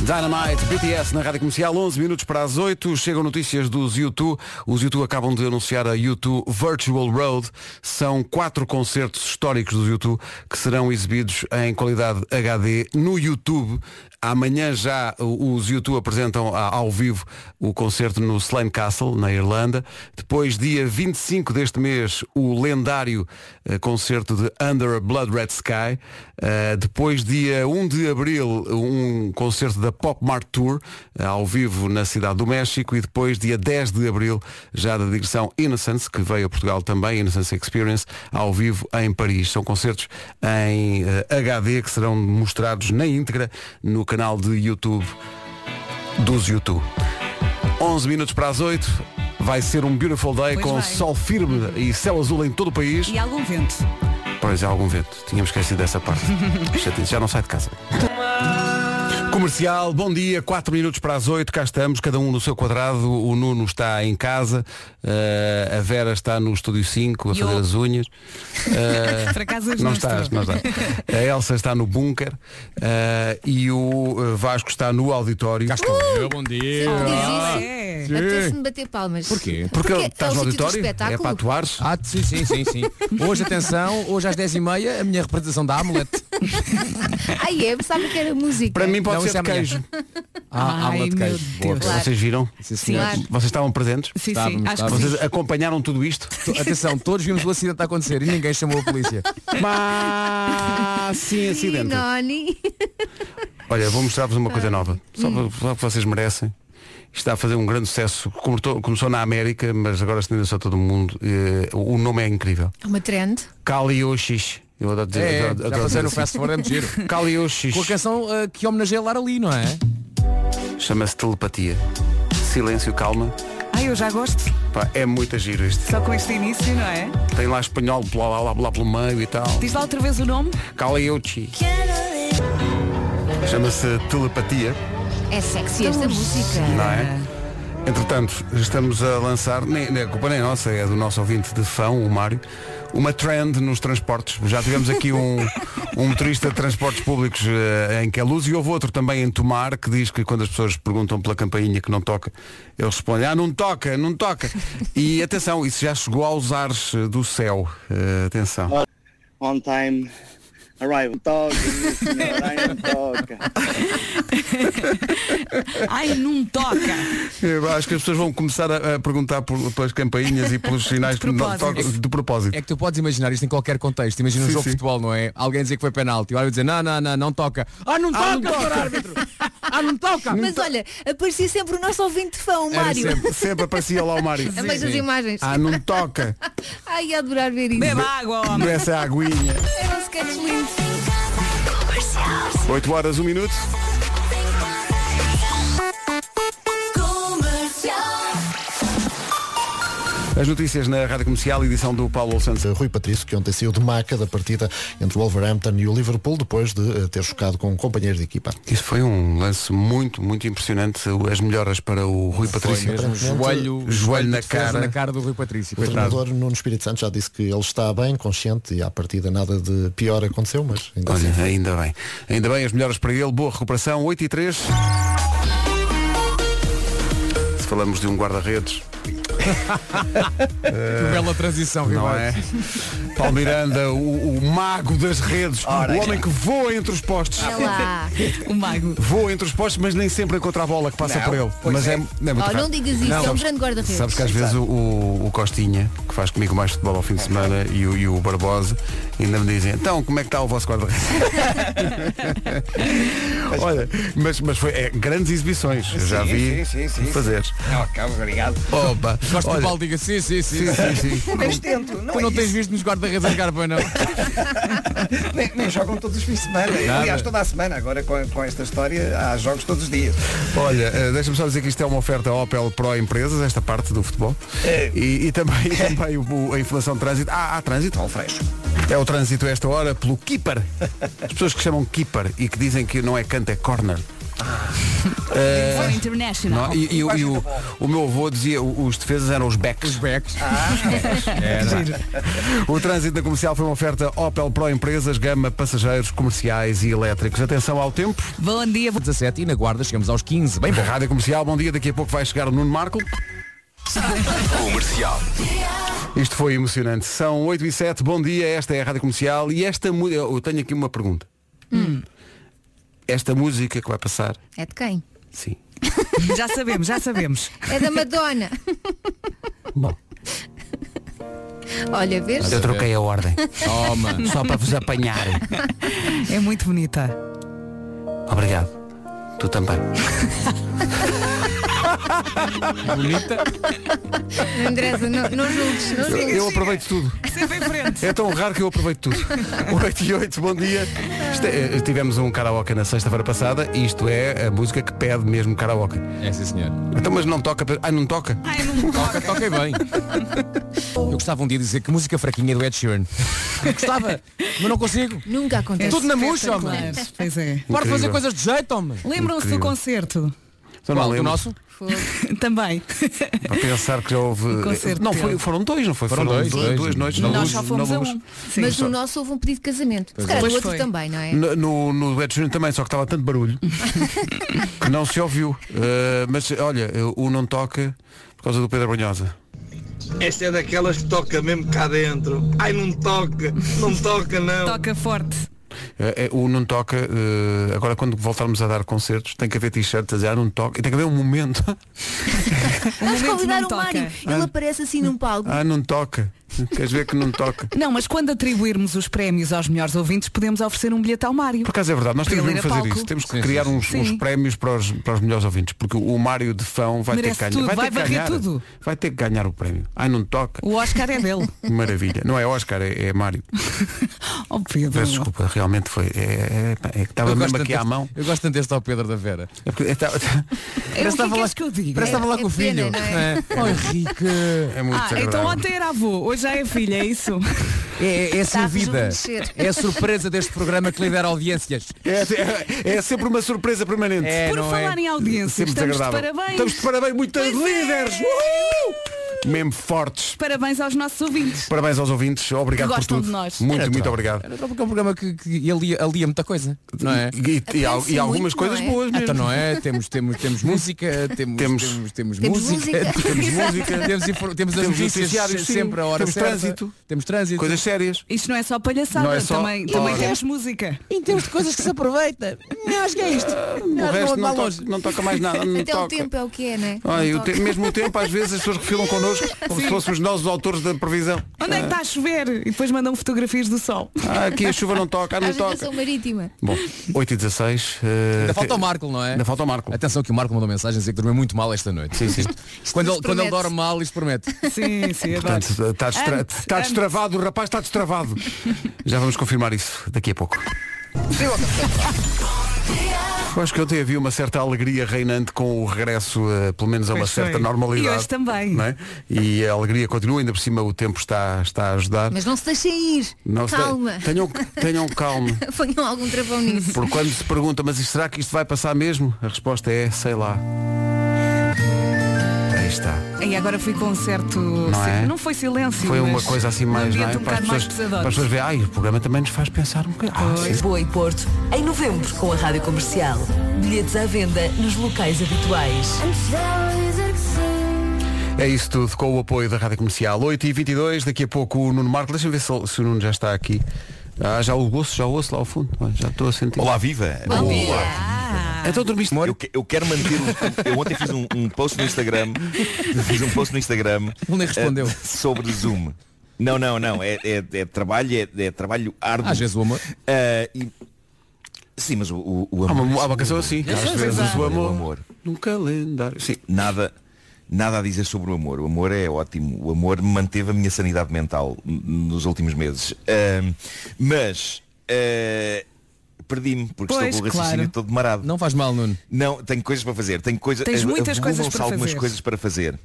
Speaker 2: Dynamite, BTS na Rádio Comercial, 11 minutos para as 8, chegam notícias dos U2. Os U2 acabam de anunciar a U2 Virtual Road. São quatro concertos históricos dos U2 que serão exibidos em qualidade HD no YouTube. Amanhã já o- os U2 apresentam a- ao vivo o concerto no Slane Castle, na Irlanda. Depois, dia 25 deste mês, o lendário eh, concerto de Under a Blood Red Sky. Eh, depois, dia 1 de abril, um concerto da Pop Mart Tour, eh, ao vivo na Cidade do México. E depois, dia 10 de abril, já da digressão Innocence, que veio a Portugal também, Innocence Experience, ao vivo em Paris. São concertos em eh, HD que serão mostrados na íntegra no canal de YouTube dos YouTube. 11 minutos para as 8. Vai ser um beautiful day
Speaker 4: Pois
Speaker 2: com
Speaker 4: vai.
Speaker 2: sol firme e céu azul em todo o país.
Speaker 4: E algum vento.
Speaker 2: Pois há algum vento. Tínhamos esquecido dessa parte. Chatice, Já não sai de casa. Comercial, bom dia, 4 minutos para as 8, cá estamos, cada um no seu quadrado, o Nuno está em casa, eh, a Vera está no estúdio 5 a
Speaker 4: E eu?
Speaker 2: fazer as unhas. Eh,
Speaker 4: Para casa
Speaker 2: não estás, não estás. A Elsa está no bunker eh, e o eh, Vasco está no auditório.
Speaker 9: Eu, bom
Speaker 2: É.
Speaker 9: dia.
Speaker 4: É.
Speaker 5: Diz isso. Até se me bater palmas.
Speaker 9: Porquê?
Speaker 2: Porque,
Speaker 5: Porque
Speaker 2: estás
Speaker 5: é
Speaker 2: no
Speaker 5: o sítio do
Speaker 2: auditório? É
Speaker 5: espetáculo.
Speaker 2: para atuares?
Speaker 9: Ah, sim, sim, sim, sim. Hoje, atenção, hoje às 10h30, a minha representação da Amulet.
Speaker 5: Ai, é, pensava que era música.
Speaker 2: Para mim pode
Speaker 9: Não,
Speaker 2: ser
Speaker 9: isso
Speaker 2: de
Speaker 9: é amanhã.
Speaker 2: queijo.
Speaker 9: Ah,
Speaker 4: Ai,
Speaker 9: Amulet
Speaker 4: meu
Speaker 9: Queijo.
Speaker 4: Deus.
Speaker 5: Claro.
Speaker 2: Vocês viram?
Speaker 9: Sim, senhor.
Speaker 5: Claro.
Speaker 2: Vocês estavam presentes?
Speaker 4: Sim, sim,
Speaker 9: Estávamos,
Speaker 4: acho que
Speaker 9: estávamos.
Speaker 4: sim.
Speaker 2: Vocês acompanharam tudo isto?
Speaker 9: Atenção, todos vimos o acidente a acontecer e ninguém chamou a polícia.
Speaker 2: Mas sim, acidente.
Speaker 5: Noni.
Speaker 2: Olha, vou mostrar-vos uma coisa nova. Só para- só que vocês merecem. Isto Está a fazer um grande sucesso. Começou, começou na América, mas agora se a todo o mundo. Eh, o nome é incrível.
Speaker 5: É uma trend.
Speaker 2: Calioxis. Eu adoro dizer.
Speaker 9: É,
Speaker 2: adoro-
Speaker 9: já
Speaker 2: adoro
Speaker 9: passei
Speaker 2: dizer
Speaker 9: no
Speaker 2: assim.
Speaker 9: fast forward, é muito giro.
Speaker 2: Calioxis.
Speaker 9: Com a canção eh, que homenageia Lara ali, não é?
Speaker 2: Chama-se telepatia. Silêncio, calma.
Speaker 4: Ai, eu já gosto.
Speaker 2: Pá, é muito giro isto.
Speaker 4: Só com este início, não é?
Speaker 2: Tem lá espanhol, blá blá blá, blá pelo meio e tal.
Speaker 4: Diz lá outra vez o nome.
Speaker 9: Tipo-
Speaker 2: Calioxis. Chama-se telepatia.
Speaker 5: É sexy esta
Speaker 4: Tão
Speaker 5: música.
Speaker 2: Não é? Entretanto, estamos a lançar, nem, nem a culpa nem é nossa, é do nosso ouvinte de fão, o Mário, uma trend nos transportes. Já tivemos aqui um, um motorista de transportes públicos eh, em Queluz e houve outro também em Tomar que diz que quando as pessoas perguntam pela campainha que não toca, eles respondem, ah, não toca, não toca. E atenção, isso já chegou aos ares eh, do céu. Eh, atenção.
Speaker 6: On time. Arrival. Toca, minha senhora, toca.
Speaker 4: Ai, não toca.
Speaker 2: Eu acho que as pessoas vão começar a, a perguntar por- pelas campainhas e pelos sinais que não
Speaker 4: propósito.
Speaker 2: tocam- de propósito.
Speaker 9: É que tu podes imaginar isto em qualquer contexto. Imagina um
Speaker 2: Sim,
Speaker 9: jogo
Speaker 2: sim.
Speaker 9: de futebol, não é? Alguém dizer que foi penalti. O árbitro dizer, não, não, não, não toca. Ah, não toca, senhor árbitro! Ah, não toca!
Speaker 5: Mas olha, aparecia sempre o nosso ouvinte fã, o
Speaker 2: Era
Speaker 5: Mário.
Speaker 2: Sempre, sempre aparecia lá o Mário.
Speaker 5: Amei as imagens.
Speaker 2: Ah, não toca.
Speaker 5: Ai, ia adorar ver isso.
Speaker 4: Beba água, homem.
Speaker 2: Essa é a aguinha.
Speaker 5: Era um sketch lindo.
Speaker 2: 8 horas, 1 minuto. As notícias na Rádio Comercial, edição do Paulo Santos.
Speaker 1: de Rui Patrício, que ontem saiu de maca da partida entre o Wolverhampton e o Liverpool, depois de eh, ter chocado com um companheiro de equipa.
Speaker 2: Isso foi um lance muito, muito impressionante. As melhoras para o Rui Patrício.
Speaker 9: Mesmo um joelho,
Speaker 2: um joelho na
Speaker 9: de defesa
Speaker 2: cara. um
Speaker 9: na cara do Rui Patrício.
Speaker 1: O
Speaker 9: coitado.
Speaker 1: treinador Nuno Espírito Santo já disse que ele está bem, consciente e à partida nada de pior aconteceu, mas ainda assim.
Speaker 2: Olha, ainda bem. Ainda bem, as melhoras para ele. Boa recuperação. 8 e 3. Se falamos de um guarda-redes,
Speaker 9: Que bela transição,
Speaker 2: não
Speaker 9: Ribeiro.
Speaker 2: é? Paulo Miranda, o, o mago das redes,
Speaker 3: Ora, é. Ah.
Speaker 2: o homem que voa entre os postes.
Speaker 5: Olha lá.
Speaker 2: É
Speaker 4: O mago.
Speaker 2: Voa entre os postes, mas nem sempre encontra a bola que passa
Speaker 3: Não,
Speaker 2: por ele.
Speaker 3: pois
Speaker 2: Mas é,
Speaker 3: é.
Speaker 2: é muito
Speaker 5: Oh,
Speaker 2: raro.
Speaker 5: não digas isso, é um
Speaker 2: Sabes
Speaker 5: grande guarda-redes.
Speaker 2: que às vezes o, o- o Costinha, que faz comigo mais futebol ao fim
Speaker 3: É
Speaker 2: de semana, e o, e o Barbosa, ainda me dizem, então como é que está o vosso guarda-redes? Olha, mas, mas foi é, grandes exibições, eu já
Speaker 3: Sim,
Speaker 2: vi
Speaker 3: sim, sim, sim,
Speaker 2: fazer.
Speaker 3: Não, acaba, obrigado.
Speaker 2: Opa,
Speaker 9: Gosto que o
Speaker 2: olha,
Speaker 9: Paulo diga sim, sim, sim.
Speaker 2: sim, sim, sim.
Speaker 3: Mas tento, não,
Speaker 9: Tu
Speaker 3: é
Speaker 9: não
Speaker 3: isso.
Speaker 9: tens visto nos guarda-redes a jogar, pois não?
Speaker 3: nem, nem jogam todos os fins de semana. Aliás, toda a semana, agora com, com esta história, há jogos todos os dias.
Speaker 2: Olha, eh, deixa-me só dizer que isto é uma oferta Opel Pro Empresas, esta parte do futebol.
Speaker 9: É.
Speaker 2: E, e também, e também o- o- a informação de trânsito. Ah, há trânsito?
Speaker 3: Paulo Freixo.
Speaker 2: É o trânsito a esta hora pelo Keeper. As pessoas que chamam Keeper e que dizem que não é canto, é corner. Eh,
Speaker 4: Foi international.
Speaker 2: Não, e e- e o, o meu avô dizia o- os defesas eram os backs.
Speaker 9: Os becos.
Speaker 2: O trânsito na comercial foi uma oferta Opel Pro Empresas, gama passageiros, comerciais e elétricos. Atenção ao tempo.
Speaker 4: Bom dia.
Speaker 9: 17 e na guarda chegamos aos 15. Bem bom.
Speaker 2: Rádio Comercial, bom dia. Daqui a pouco vai chegar o Nuno Marco.
Speaker 8: Comercial.
Speaker 2: Isto foi emocionante. São 8 e 7, bom dia, esta é a Rádio Comercial e esta mu- Eu tenho aqui uma pergunta. Esta música que vai passar,
Speaker 5: É de quem?
Speaker 2: sim.
Speaker 4: Já sabemos, já sabemos.
Speaker 5: É da Madonna.
Speaker 2: Bom,
Speaker 5: Olha, vês?
Speaker 2: eu troquei a ordem.
Speaker 9: Toma.
Speaker 2: Só para vos apanhar.
Speaker 4: É muito bonita.
Speaker 2: Obrigado. Tu também.
Speaker 9: Bonita.
Speaker 5: Não interessa, não, não julgues. Não
Speaker 2: Eu,
Speaker 5: julgues.
Speaker 2: eu aproveito tudo.
Speaker 4: Sempre em frente.
Speaker 2: É tão raro que eu aproveito tudo. 8 e 8, bom dia. Isto é- eh, tivemos um karaoke na sexta-feira passada e isto é a música que pede mesmo karaoke.
Speaker 9: É sim senhor.
Speaker 2: Então, mas não toca. para- Ah, não toca?
Speaker 4: Ai, não
Speaker 9: Toca, toquei Tá, bem. Eu gostava um dia de dizer que música fraquinha é do Ed Sheeran. Gostava, mas não consigo.
Speaker 5: Nunca acontece.
Speaker 9: Tudo na murcha, homem.
Speaker 4: Claro, Pois é.
Speaker 9: Para de fazer
Speaker 2: Incrível.
Speaker 9: coisas de jeito, homem.
Speaker 4: Lembram-se do
Speaker 2: Incrível.
Speaker 4: concerto?
Speaker 2: Só Então não
Speaker 9: Qual, do
Speaker 2: lembro.
Speaker 9: nosso?
Speaker 4: Também.
Speaker 2: Para pensar que já houve. eh,
Speaker 4: concerto
Speaker 2: Não,
Speaker 4: dele.
Speaker 2: foi- foram dois, não foi?
Speaker 9: Foram dois,
Speaker 2: duas,
Speaker 9: dois.
Speaker 2: duas noites. na
Speaker 4: Nós
Speaker 2: luz,
Speaker 4: só fomos
Speaker 2: na
Speaker 4: a
Speaker 2: luz.
Speaker 4: um. Sim.
Speaker 5: Mas no nosso houve um pedido de casamento. Se calhar
Speaker 4: é.
Speaker 5: no
Speaker 4: Pois
Speaker 5: outro
Speaker 4: foi.
Speaker 5: também, não é?
Speaker 2: No, no, no Ed Sheeran também, só que estava tanto barulho que não se ouviu. Eh, mas olha, o não toca por causa do Pedro Brunhosa.
Speaker 10: Esta é daquelas que toca mesmo cá dentro. Ai, não toca, não toca não.
Speaker 4: Toca forte.
Speaker 2: É, é, o não toca, eh, agora quando voltarmos a dar concertos, tem que haver t-shirts a dizer, ah, não toca. E tem que haver um momento,
Speaker 5: Vamos
Speaker 4: momento
Speaker 5: convidar
Speaker 4: não
Speaker 5: o
Speaker 4: toca.
Speaker 5: Mário. Ele aparece assim num palco.
Speaker 2: ah, não toca. Queres ver que não toca?
Speaker 4: Não, mas quando atribuirmos os prémios aos melhores ouvintes, podemos oferecer um bilhete ao Mário.
Speaker 2: Por acaso é verdade, nós
Speaker 4: Para
Speaker 2: temos
Speaker 4: ele
Speaker 2: mesmo
Speaker 4: ir
Speaker 2: que
Speaker 4: a
Speaker 2: fazer
Speaker 4: palco.
Speaker 2: isso. Temos que criar uns, uns
Speaker 4: Sim.
Speaker 2: prémios para os, para os melhores ouvintes, porque o Mário de Fão vai
Speaker 4: Merece
Speaker 2: ter que ganhar.
Speaker 4: tudo,
Speaker 2: vai ter
Speaker 4: vai
Speaker 2: que
Speaker 4: varrer
Speaker 2: ganhar,
Speaker 4: tudo.
Speaker 2: Vai ter que ganhar o prémio. Ai, não toca.
Speaker 4: O Oscar é dele.
Speaker 2: Maravilha. Não é Oscar, é, é Mário.
Speaker 4: Oh, Pedro.
Speaker 2: Peço desculpa, realmente foi. É, é- é que estava
Speaker 9: Eu gosto
Speaker 2: mesmo aqui
Speaker 9: tanto-
Speaker 2: à mão.
Speaker 9: Eu gosto tanto deste ao Pedro da Vera.
Speaker 2: É porque- é, tá-
Speaker 4: É, o que é
Speaker 9: estava
Speaker 4: que
Speaker 9: lá-
Speaker 4: és que eu digo?
Speaker 9: Parece que estava lá
Speaker 5: é
Speaker 9: com o
Speaker 5: pena,
Speaker 9: filho.
Speaker 5: não é?
Speaker 9: não é? Oh, Henrique.
Speaker 2: é muito
Speaker 4: Ah, então
Speaker 2: desagradável.
Speaker 4: ontem era avô, hoje já é filha, é isso?
Speaker 9: É, é assim a
Speaker 5: Está a
Speaker 9: vida.
Speaker 5: rejuvenescer.
Speaker 9: É a surpresa deste programa que lhe dera audiências.
Speaker 2: É, é- é sempre uma surpresa permanente.
Speaker 9: É,
Speaker 4: Por
Speaker 9: não
Speaker 4: falar
Speaker 9: é?
Speaker 4: em audiência,
Speaker 2: Sempre
Speaker 4: estamos de
Speaker 2: desagradável.
Speaker 4: parabéns.
Speaker 2: Estamos de parabéns, muitas
Speaker 4: Pois é.
Speaker 2: líderes! Uhul! Mesmo fortes.
Speaker 4: Parabéns aos nossos ouvintes.
Speaker 2: Parabéns aos ouvintes, obrigado
Speaker 4: Que
Speaker 2: por
Speaker 4: gostam
Speaker 2: tudo.
Speaker 4: de nós.
Speaker 2: Muito,
Speaker 9: Era
Speaker 2: muito
Speaker 9: tal.
Speaker 2: obrigado.
Speaker 9: Era tal, porque é um programa que, que alia, alia muita coisa. Não é?
Speaker 2: E, e- e al- e
Speaker 5: Aprende-se
Speaker 2: algumas
Speaker 5: muito,
Speaker 2: coisas
Speaker 5: não é?
Speaker 2: boas mesmo.
Speaker 9: Então não é? Temos, temos, temos música, temos,
Speaker 2: Temos-
Speaker 9: temos, temos,
Speaker 5: Temos
Speaker 9: música,
Speaker 5: música.
Speaker 9: temos música, temos, infor- temos as
Speaker 2: Temos
Speaker 9: notícias
Speaker 2: noticiários, sim.
Speaker 9: sempre a hora
Speaker 2: Temos
Speaker 9: certa.
Speaker 2: trânsito.
Speaker 9: Temos trânsito.
Speaker 2: Coisas sérias.
Speaker 4: Isto não é só palhaçada,
Speaker 2: Não é só-
Speaker 4: também,
Speaker 2: Ora.
Speaker 4: também temos música.
Speaker 9: Em termos de coisas que se aproveita. Não, acho que é isto.
Speaker 2: O
Speaker 9: Não, não,
Speaker 2: resto não,
Speaker 9: não,
Speaker 2: toca, não toca mais nada. Não
Speaker 5: Até o
Speaker 2: toca.
Speaker 5: tempo é o que é, né?
Speaker 2: Ai,
Speaker 5: Não
Speaker 2: o te-
Speaker 5: toca.
Speaker 2: mesmo o tempo, às vezes as pessoas refilam connosco como se fôssemos nós os autores da previsão.
Speaker 4: Onde é que está a chover? E depois mandam fotografias do sol.
Speaker 2: Ah, aqui a chuva não toca, ah, não
Speaker 5: Às vezes eu
Speaker 2: toca.
Speaker 5: sou um marítima.
Speaker 2: Bom, 8 e 16 eh,
Speaker 9: Ainda falta
Speaker 2: te-
Speaker 9: o Marco, não é?
Speaker 2: Ainda falta o Marco.
Speaker 9: Atenção que o Marco mandou mensagem a dizer que dormiu muito mal esta noite.
Speaker 2: Sim, sim.
Speaker 9: Quando, ele,
Speaker 5: Isto
Speaker 9: quando ele
Speaker 5: promete.
Speaker 9: dorme mal, isto promete.
Speaker 4: Sim, sim, adoro.
Speaker 2: Portanto, está, destra-
Speaker 4: Ante,
Speaker 2: está
Speaker 4: ante.
Speaker 2: destravado, o rapaz está destravado. Já vamos confirmar isso daqui a pouco. Eu acho que ontem havia uma certa alegria reinante com o regresso, eh, pelo menos a uma
Speaker 4: Pois
Speaker 2: certa
Speaker 4: foi.
Speaker 2: normalidade.
Speaker 4: E hoje também.
Speaker 2: não é? E a alegria continua, ainda por cima o tempo está, está a ajudar.
Speaker 5: Mas não se deixem ir.
Speaker 2: Não se de-
Speaker 5: Calma.
Speaker 2: tenham, tenham calma.
Speaker 5: Ponham algum travão nisso.
Speaker 2: Porque quando se pergunta, mas isto- será que isto vai passar mesmo? A resposta é, sei lá. Aí está.
Speaker 4: E agora fui com um certo.
Speaker 2: Não é?
Speaker 4: Não foi silêncio.
Speaker 2: Foi uma
Speaker 4: mas
Speaker 2: coisa assim
Speaker 4: um
Speaker 2: mais,
Speaker 4: ambiente
Speaker 2: não é?
Speaker 4: um
Speaker 2: para, as
Speaker 4: bocado mais
Speaker 2: pessoas,
Speaker 4: pesadote.
Speaker 2: para as pessoas verem, ai, o programa também nos faz pensar um bocadinho. Ah, sim.
Speaker 7: Lisboa e Porto, em novembro, com a Rádio Comercial. Bilhetes à venda nos locais habituais.
Speaker 2: É isso tudo, com o apoio da Rádio Comercial. 8h22, daqui a pouco o Nuno Marco. Deixa-me ver se, se o Nuno já está aqui. Ah, já o gosto, já o ouço lá ao fundo. Olha, Já estou a sentir.
Speaker 11: Olá, viva!
Speaker 4: Ah.
Speaker 2: Então dormiste
Speaker 11: Eu, que- eu quero manter. o- Eu ontem fiz um, um post no Instagram. Fiz um post no Instagram.
Speaker 9: Ele nem
Speaker 11: eh,
Speaker 9: respondeu.
Speaker 11: sobre Zoom. Não, não, não. É, é- é trabalho, é, é trabalho árduo.
Speaker 9: Às vezes o amor.
Speaker 11: Eh, e- Sim, mas o, o, o
Speaker 2: Há
Speaker 11: amor.
Speaker 2: uma, há uma canção assim. Às vezes o
Speaker 11: O
Speaker 2: amor
Speaker 11: amor.
Speaker 2: num calendário. Sim.
Speaker 11: nada nada a dizer sobre o amor. O amor é ótimo. O amor manteve a minha sanidade mental n- nos últimos meses. Ahm, mas ah, perdi-me porque
Speaker 4: Pois,
Speaker 11: estou com o raciocínio
Speaker 4: claro.
Speaker 11: todo marado. Não.
Speaker 9: Não faz mal, Nuno.
Speaker 11: tenho coisas para fazer. Tenho coisa,
Speaker 4: Tens muitas coisas
Speaker 11: avulgam-se
Speaker 4: para
Speaker 11: algumas
Speaker 4: fazer.
Speaker 11: coisas para fazer.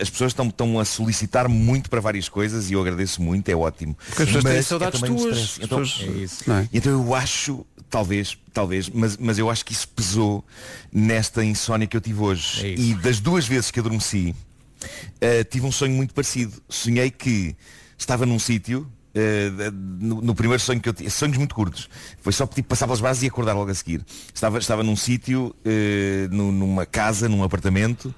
Speaker 11: As pessoas estão, estão a solicitar muito para várias coisas e eu agradeço muito, é ótimo.
Speaker 2: Porque as pessoas têm
Speaker 11: Mas é
Speaker 2: saudades
Speaker 11: também um
Speaker 2: tuas.
Speaker 11: stress.
Speaker 2: As
Speaker 11: Então,
Speaker 2: pessoas-
Speaker 11: é isso.
Speaker 2: não é?
Speaker 11: Então eu acho, talvez, talvez, mas, mas eu acho que isso pesou nesta insónia que eu tive hoje.
Speaker 9: É isso.
Speaker 11: e das duas vezes que adormeci, eh, tive um sonho muito parecido. Sonhei que estava num sítio, eh, de- no, no primeiro sonho que eu tive, sonhos muito curtos, foi só tipo, passar pelas bases e acordar logo a seguir. Estava, estava num sítio, eh, nu- numa casa, num apartamento,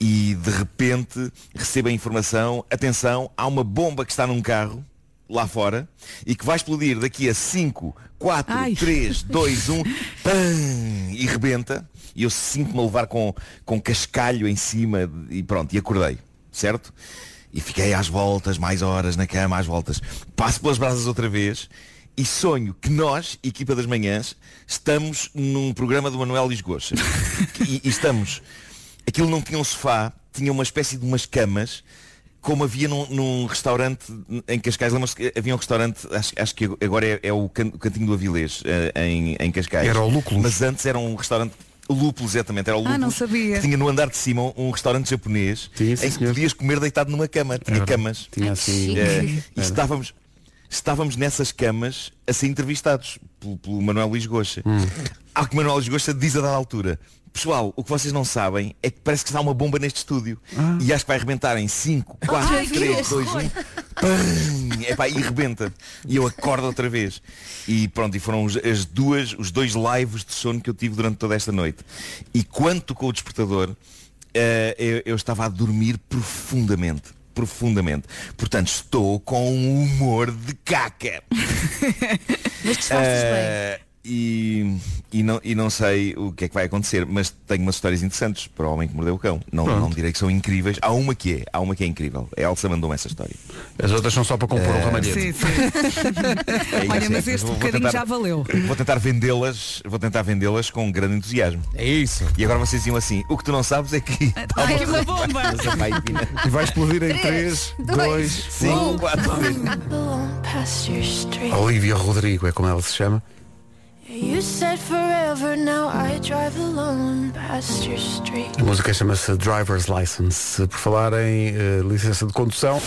Speaker 11: e de repente recebo a informação, atenção, há uma bomba que está num carro lá fora e que vai explodir daqui a 5, 4,
Speaker 4: Ai.
Speaker 11: 3, 2, 1 pam, e rebenta e eu sinto-me a levar com, com cascalho em cima de- e pronto, e acordei, certo? E fiquei às voltas, mais horas na cama, às voltas. Passo pelas brasas outra vez e sonho que nós, equipa das manhãs, estamos num programa do Manuel Lisgocha. e, e estamos. Aquilo não tinha um sofá, tinha uma espécie de umas camas como havia num, num restaurante em Cascais, lembras que havia um restaurante, acho, acho que agora é, é o, can- o Cantinho do Avilés, eh, em, em Cascais.
Speaker 2: Era o Lúculos.
Speaker 11: Mas antes era um restaurante Lúpulo, exatamente, era o Lúpulo.
Speaker 4: Ah, não sabia.
Speaker 11: Tinha no andar de cima um- um restaurante japonês
Speaker 2: Sim, sim,
Speaker 11: em que
Speaker 2: senhor.
Speaker 11: podias comer deitado numa cama. Tinha
Speaker 2: Era.
Speaker 11: camas.
Speaker 2: Tinha assim.
Speaker 5: chique.
Speaker 11: Eh,
Speaker 5: Sim.
Speaker 11: e estávamos, estávamos nessas camas a ser entrevistados pelo, pelo Manuel Lisgocha. Ao que Manuel Lisgocha diz a dada altura. Pessoal, o que vocês não sabem é que parece que está uma bomba neste estúdio. E acho que vai arrebentar em 5, 4,
Speaker 5: Ai,
Speaker 11: 3,
Speaker 5: Deus.
Speaker 11: 2, 1. Epá, e rebenta. E eu acordo outra vez. E pronto, e foram os, as duas, os dois lives de sono que eu tive durante toda esta noite. E quanto com o despertador, eh, eu, eu estava a dormir profundamente. Profundamente. Portanto, estou com um humor de caca.
Speaker 5: Mas disfarças bem.
Speaker 11: Eh, e, e, não, e não sei o que é que vai acontecer, mas tenho umas histórias interessantes para o homem que mordeu o cão. Não,
Speaker 2: Pronto.
Speaker 11: não direi que são incríveis. Há uma que é, há uma que é incrível. A Elsa mandou-me essa história.
Speaker 2: é. As outras são só para compor o ramalhete.
Speaker 4: Sim, sim.
Speaker 11: É isso,
Speaker 4: Olha,
Speaker 11: é
Speaker 4: mas
Speaker 11: isso. Vou-
Speaker 4: este
Speaker 11: vou
Speaker 4: bocadinho
Speaker 11: tentar-
Speaker 4: já valeu.
Speaker 11: Vou tentar vendê-las, vou tentar vendê-las com grande entusiasmo.
Speaker 9: É isso.
Speaker 11: E agora vocês iam assim, o que tu não sabes é que
Speaker 4: Há aqui uma bomba.
Speaker 2: é E vai explodir em
Speaker 4: Três,
Speaker 2: 3,
Speaker 4: dois,
Speaker 2: 2,
Speaker 11: um.
Speaker 2: 1. Olivia Rodrigo é como ela se chama.
Speaker 12: You said forever, now I drive alone past your street.
Speaker 2: A música chama-se Driver's License. Por falar em eh, licença de condução.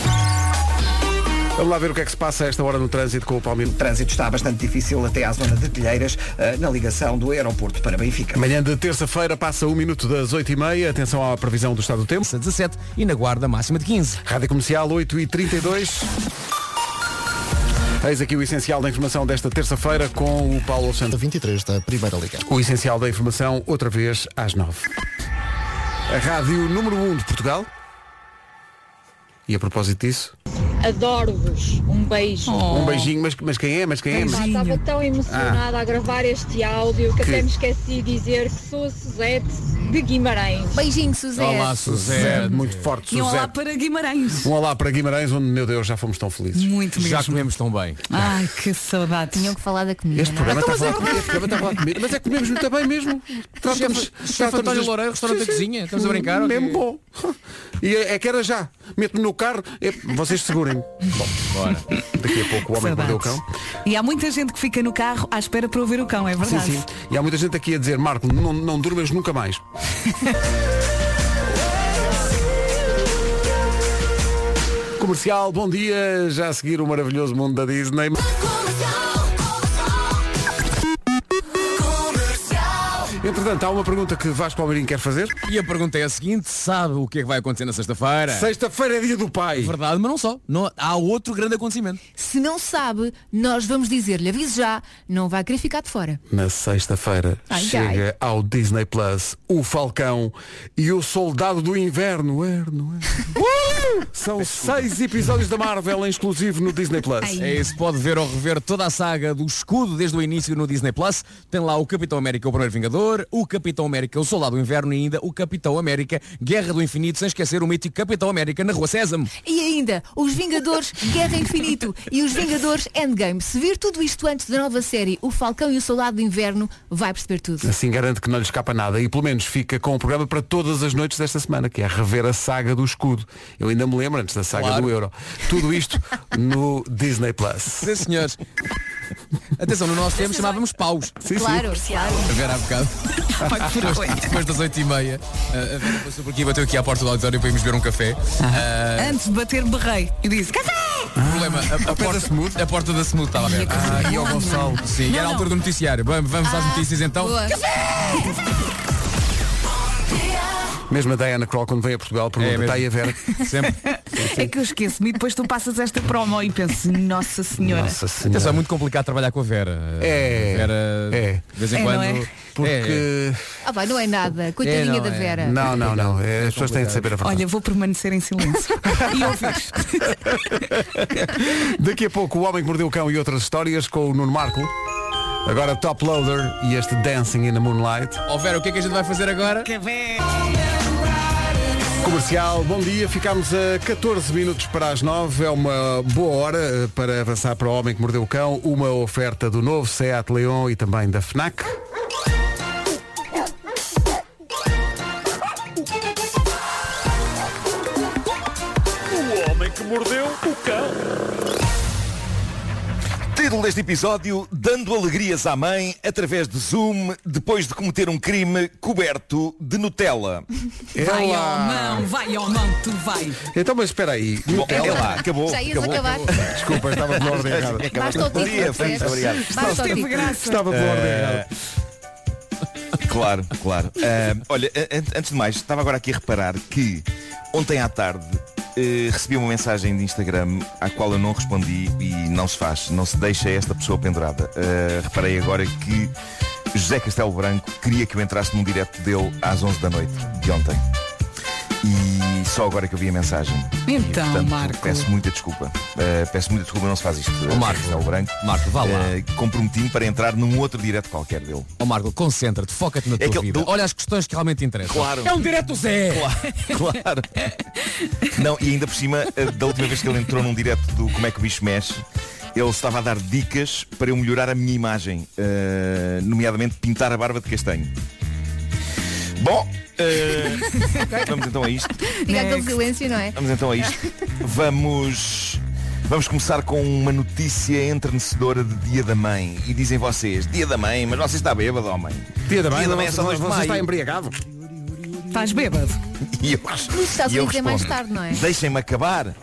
Speaker 2: Vamos lá ver o que é que se passa a esta hora no trânsito com o Palmeiras.
Speaker 3: O trânsito está bastante difícil até à zona de Telheiras, eh, na ligação do aeroporto para Benfica.
Speaker 2: Manhã de terça-feira passa um minuto das 8h30. Atenção à previsão do estado do tempo.
Speaker 9: 17 e na guarda máxima de 15.
Speaker 2: Rádio Comercial 8h32. Eis aqui o essencial da informação desta terça-feira com o Paulo Santos.
Speaker 1: 23 da Primeira Liga.
Speaker 2: O essencial da informação, outra vez às 9. A rádio número 1 de Portugal. E a propósito disso,
Speaker 13: Adoro-vos. Um beijo.
Speaker 9: Oh.
Speaker 2: um beijinho, mas, mas quem é? Mas quem é? Mas-
Speaker 13: Epá, Estava tão emocionada a gravar este áudio que,
Speaker 2: Que-
Speaker 13: até me esqueci de dizer que sou a Suzete de Guimarães.
Speaker 5: Beijinho, Suzete.
Speaker 2: Suzé, É, muito forte,
Speaker 4: E um
Speaker 2: Suzé.
Speaker 4: lá para Guimarães.
Speaker 2: Um olá para Guimarães, onde, meu Deus, já fomos tão felizes.
Speaker 4: Muito
Speaker 2: Já
Speaker 4: mesmo.
Speaker 2: comemos tão bem.
Speaker 4: Ai, que saudade. Tinham que falar da
Speaker 5: é?
Speaker 4: comida.
Speaker 2: Este programa
Speaker 4: é
Speaker 2: está a falar de comida, este programa está a falar de comida. Mas é que comemos muito bem mesmo.
Speaker 9: Chefe- chefe António Loureiro, restaurante da cozinha. Estamos a brincar, ou quê?
Speaker 2: Mesmo bom. E é, é que era já. Meto-me no carro. É, vocês segurem-me. Bom, bora. Daqui a pouco o homem que mordeu o cão.
Speaker 4: E há muita gente que fica no carro à espera para ouvir o cão, é
Speaker 2: Sim,
Speaker 4: verdade.
Speaker 2: sim. E há muita gente aqui a dizer, Marco, não, não durmas nunca mais. Comercial, bom dia. Já a seguir o maravilhoso mundo da Disney. Entretanto, há uma pergunta que Vasco Palmeirinho quer fazer.
Speaker 9: E a pergunta é a seguinte, sabe o que é que vai acontecer na sexta-feira?
Speaker 2: Sexta-feira é dia do pai.
Speaker 9: Verdade, mas não só. Não, há outro grande acontecimento.
Speaker 5: Se não sabe, nós vamos dizer-lhe, avise já, não vai querer ficar de fora.
Speaker 2: Na sexta-feira
Speaker 5: Ai,
Speaker 2: chega ao Disney Plus o Falcão e o Soldado do Inverno. Erno, erno. Uh! São seis episódios da Marvel em exclusivo no Disney Plus.
Speaker 9: É isso, pode ver ou rever toda a saga do escudo desde o início no Disney Plus. Tem lá o Capitão América, o Primeiro Vingador, o Capitão América, o Soldado do Inverno e ainda o Capitão América, Guerra do Infinito, sem esquecer o mítico Capitão América na Rua Sésamo.
Speaker 5: E ainda, os Vingadores Guerra Infinito e os Vingadores Endgame. Se vir tudo isto antes da nova série, o Falcão e o Soldado de Inverno, vai perceber tudo.
Speaker 2: Assim garanto que não lhe escapa nada e pelo menos fica com o programa para todas as noites desta semana, que é rever a saga do escudo. Eu ainda me lembro antes da saga
Speaker 9: Claro.
Speaker 2: do Euro. Tudo isto no Disney Plus.
Speaker 9: Sim, senhores. Atenção, no nosso tempo chamávamos paus.
Speaker 5: claro, claro.
Speaker 9: A Vera há bocado.
Speaker 5: Vai, por favor.
Speaker 9: Depois- Depois das 8h30, a Vera passou por aqui, bateu aqui à porta do auditório para irmos beber um café.
Speaker 2: É.
Speaker 9: Ah,
Speaker 4: Antes de bater, berrei e disse, café!
Speaker 9: O problema, Ah, a, a porta, a porta da Ah, Smooth estava aberta.
Speaker 2: e ao Gonçalo.
Speaker 9: Sim, era a altura do noticiário. Vamos, vamos às notícias então.
Speaker 2: Mesmo a Diana Kroll, quando vem a Portugal, pergunta,
Speaker 9: É mesmo.
Speaker 2: está aí a Vera?
Speaker 9: Sempre.
Speaker 4: É que eu esqueço-me e depois tu passas esta promo e penso, Nossa Senhora.
Speaker 9: Atenção, é muito complicado trabalhar com a Vera.
Speaker 2: É.
Speaker 9: A Vera, de vez em
Speaker 4: É, não
Speaker 9: quando.
Speaker 4: é?
Speaker 2: Porque...
Speaker 5: Ah, vai, não é nada. Coitadinha
Speaker 9: não
Speaker 5: da
Speaker 9: é.
Speaker 5: Vera.
Speaker 2: Não, não, não. É, As pessoas têm de saber a verdade.
Speaker 4: Olha, vou permanecer em silêncio. e ouvir.
Speaker 2: Daqui a pouco o Homem que Mordeu o Cão e outras histórias com o Nuno Marco. Agora Top Loader e este Dancing in the Moonlight.
Speaker 9: Ó Vera, o que é que a gente vai fazer agora?
Speaker 2: Comercial, bom dia. Ficámos a 14 minutos para as 9. É uma boa hora eh, para avançar para o Homem que Mordeu o Cão. Uma oferta do novo Seat Leon e também da FNAC.
Speaker 8: O homem que mordeu o cão.
Speaker 11: Título deste episódio, Dando Alegrias à Mãe através de Zoom, depois de cometer um crime coberto de Nutella.
Speaker 4: Vai ó mão, vai ó mão, tu vai.
Speaker 2: Então, mas espera aí.
Speaker 11: Bom,
Speaker 2: Nutella?
Speaker 11: é lá, acabou.
Speaker 5: Já
Speaker 9: um
Speaker 5: ias acabar.
Speaker 2: Desculpa, estava pela ordem errada.
Speaker 11: É
Speaker 5: Basta
Speaker 11: Bom
Speaker 5: o título.
Speaker 11: dia, Fernando, obrigado.
Speaker 5: Basta o
Speaker 4: Teve
Speaker 5: título.
Speaker 4: graça.
Speaker 2: Estava
Speaker 9: Eh,
Speaker 2: pela ordem errada.
Speaker 11: Claro, claro. Ah, olha, an- an- antes de mais, estava agora aqui a reparar que ontem à tarde eh, recebi uma mensagem de Instagram à qual eu não respondi e não se faz, não se deixa esta pessoa pendurada. Ah, reparei agora que José Castelo Branco queria que eu entrasse num direto dele às 11 da noite de ontem. E só agora que eu vi a mensagem.
Speaker 4: Então,
Speaker 11: Portanto,
Speaker 4: Marco.
Speaker 11: peço muita desculpa. Uh, peço muita desculpa, não se faz isto.
Speaker 9: Ó, Marco,
Speaker 11: Castelo branco.
Speaker 9: Marco, vá
Speaker 2: Eh.
Speaker 9: lá.
Speaker 11: Uh, Comprometi-me para entrar num outro direto qualquer dele.
Speaker 9: Ó Marco, concentra-te, foca-te na
Speaker 11: É que
Speaker 9: tua
Speaker 11: ele-
Speaker 9: vida. Olha as questões que realmente interessam.
Speaker 11: Claro.
Speaker 9: É um direto Zé.
Speaker 11: Claro. Não, e ainda por cima, uh, da última vez que ele entrou num direto do Como é que o bicho mexe, ele estava a dar dicas para eu melhorar a minha imagem, uh, nomeadamente pintar a barba de castanho. Bom, uh, vamos então a isto.
Speaker 5: Fica aquele silêncio, não é?
Speaker 11: Vamos então a isto. Vamos. Vamos começar com uma notícia entrenecedora de Dia da Mãe. E dizem vocês, Dia da Mãe, mas você está bêbado, homem.
Speaker 2: Dia da Mãe,
Speaker 11: é
Speaker 2: você-
Speaker 11: só dois de
Speaker 2: você
Speaker 11: maio.
Speaker 2: está embriagado?
Speaker 4: Estás bêbado.
Speaker 11: E eu, res-
Speaker 5: Nos Estados
Speaker 11: e eu
Speaker 5: Unidos é mais
Speaker 11: respondo,
Speaker 5: tarde, não é?
Speaker 11: Deixem-me acabar.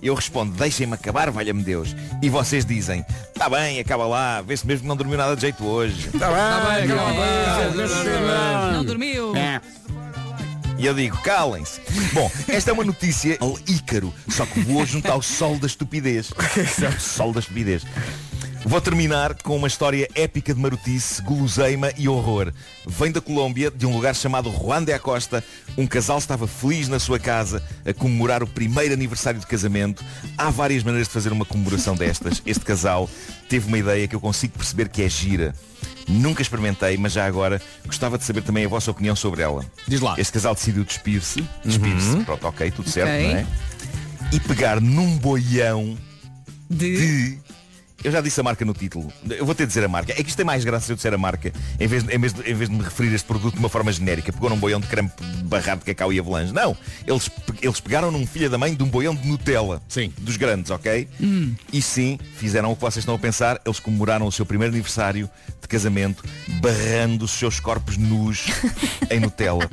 Speaker 11: Eu respondo, deixem-me acabar, valha-me Deus. E vocês dizem, está bem, acaba lá, vê-se mesmo que não dormiu nada de jeito hoje.
Speaker 14: Tá
Speaker 11: Está
Speaker 2: Tá bem, acaba
Speaker 11: lá.
Speaker 4: Não dormiu.
Speaker 2: É.
Speaker 11: É. E eu digo, calem-se. Bom, esta é uma notícia ao Ícaro, só que vou junto ao sol da estupidez. sol da estupidez. Vou terminar com uma história épica de marotice, guloseima e horror. Vem da Colômbia, de um lugar chamado Juan de Acosta. Um casal estava feliz na sua casa a comemorar o primeiro aniversário de casamento. Há várias maneiras de fazer uma comemoração destas. Este casal teve uma ideia que eu consigo perceber que é gira. Nunca experimentei, mas já agora gostava de saber também a vossa opinião sobre ela. Diz lá. Este casal decidiu despir-se. Despir-se. Pronto, ok, tudo certo,
Speaker 4: Ok.
Speaker 11: não é? E pegar num boião
Speaker 4: de...
Speaker 11: Eu já disse a marca no título. Eu vou ter de dizer a marca. É que isto tem mais graça se eu disser a marca, em vez, em, vez de, em vez de me referir a este produto de uma forma genérica. Pegou num boião de creme barrado de cacau e avalanche. Não. Eles, pe- eles pegaram num filho da mãe de um boião de Nutella. Sim. Dos grandes, ok?
Speaker 14: Hum.
Speaker 11: E sim, fizeram o que vocês estão a pensar, eles comemoraram o seu primeiro aniversário de casamento, barrando os seus corpos nus em Nutella.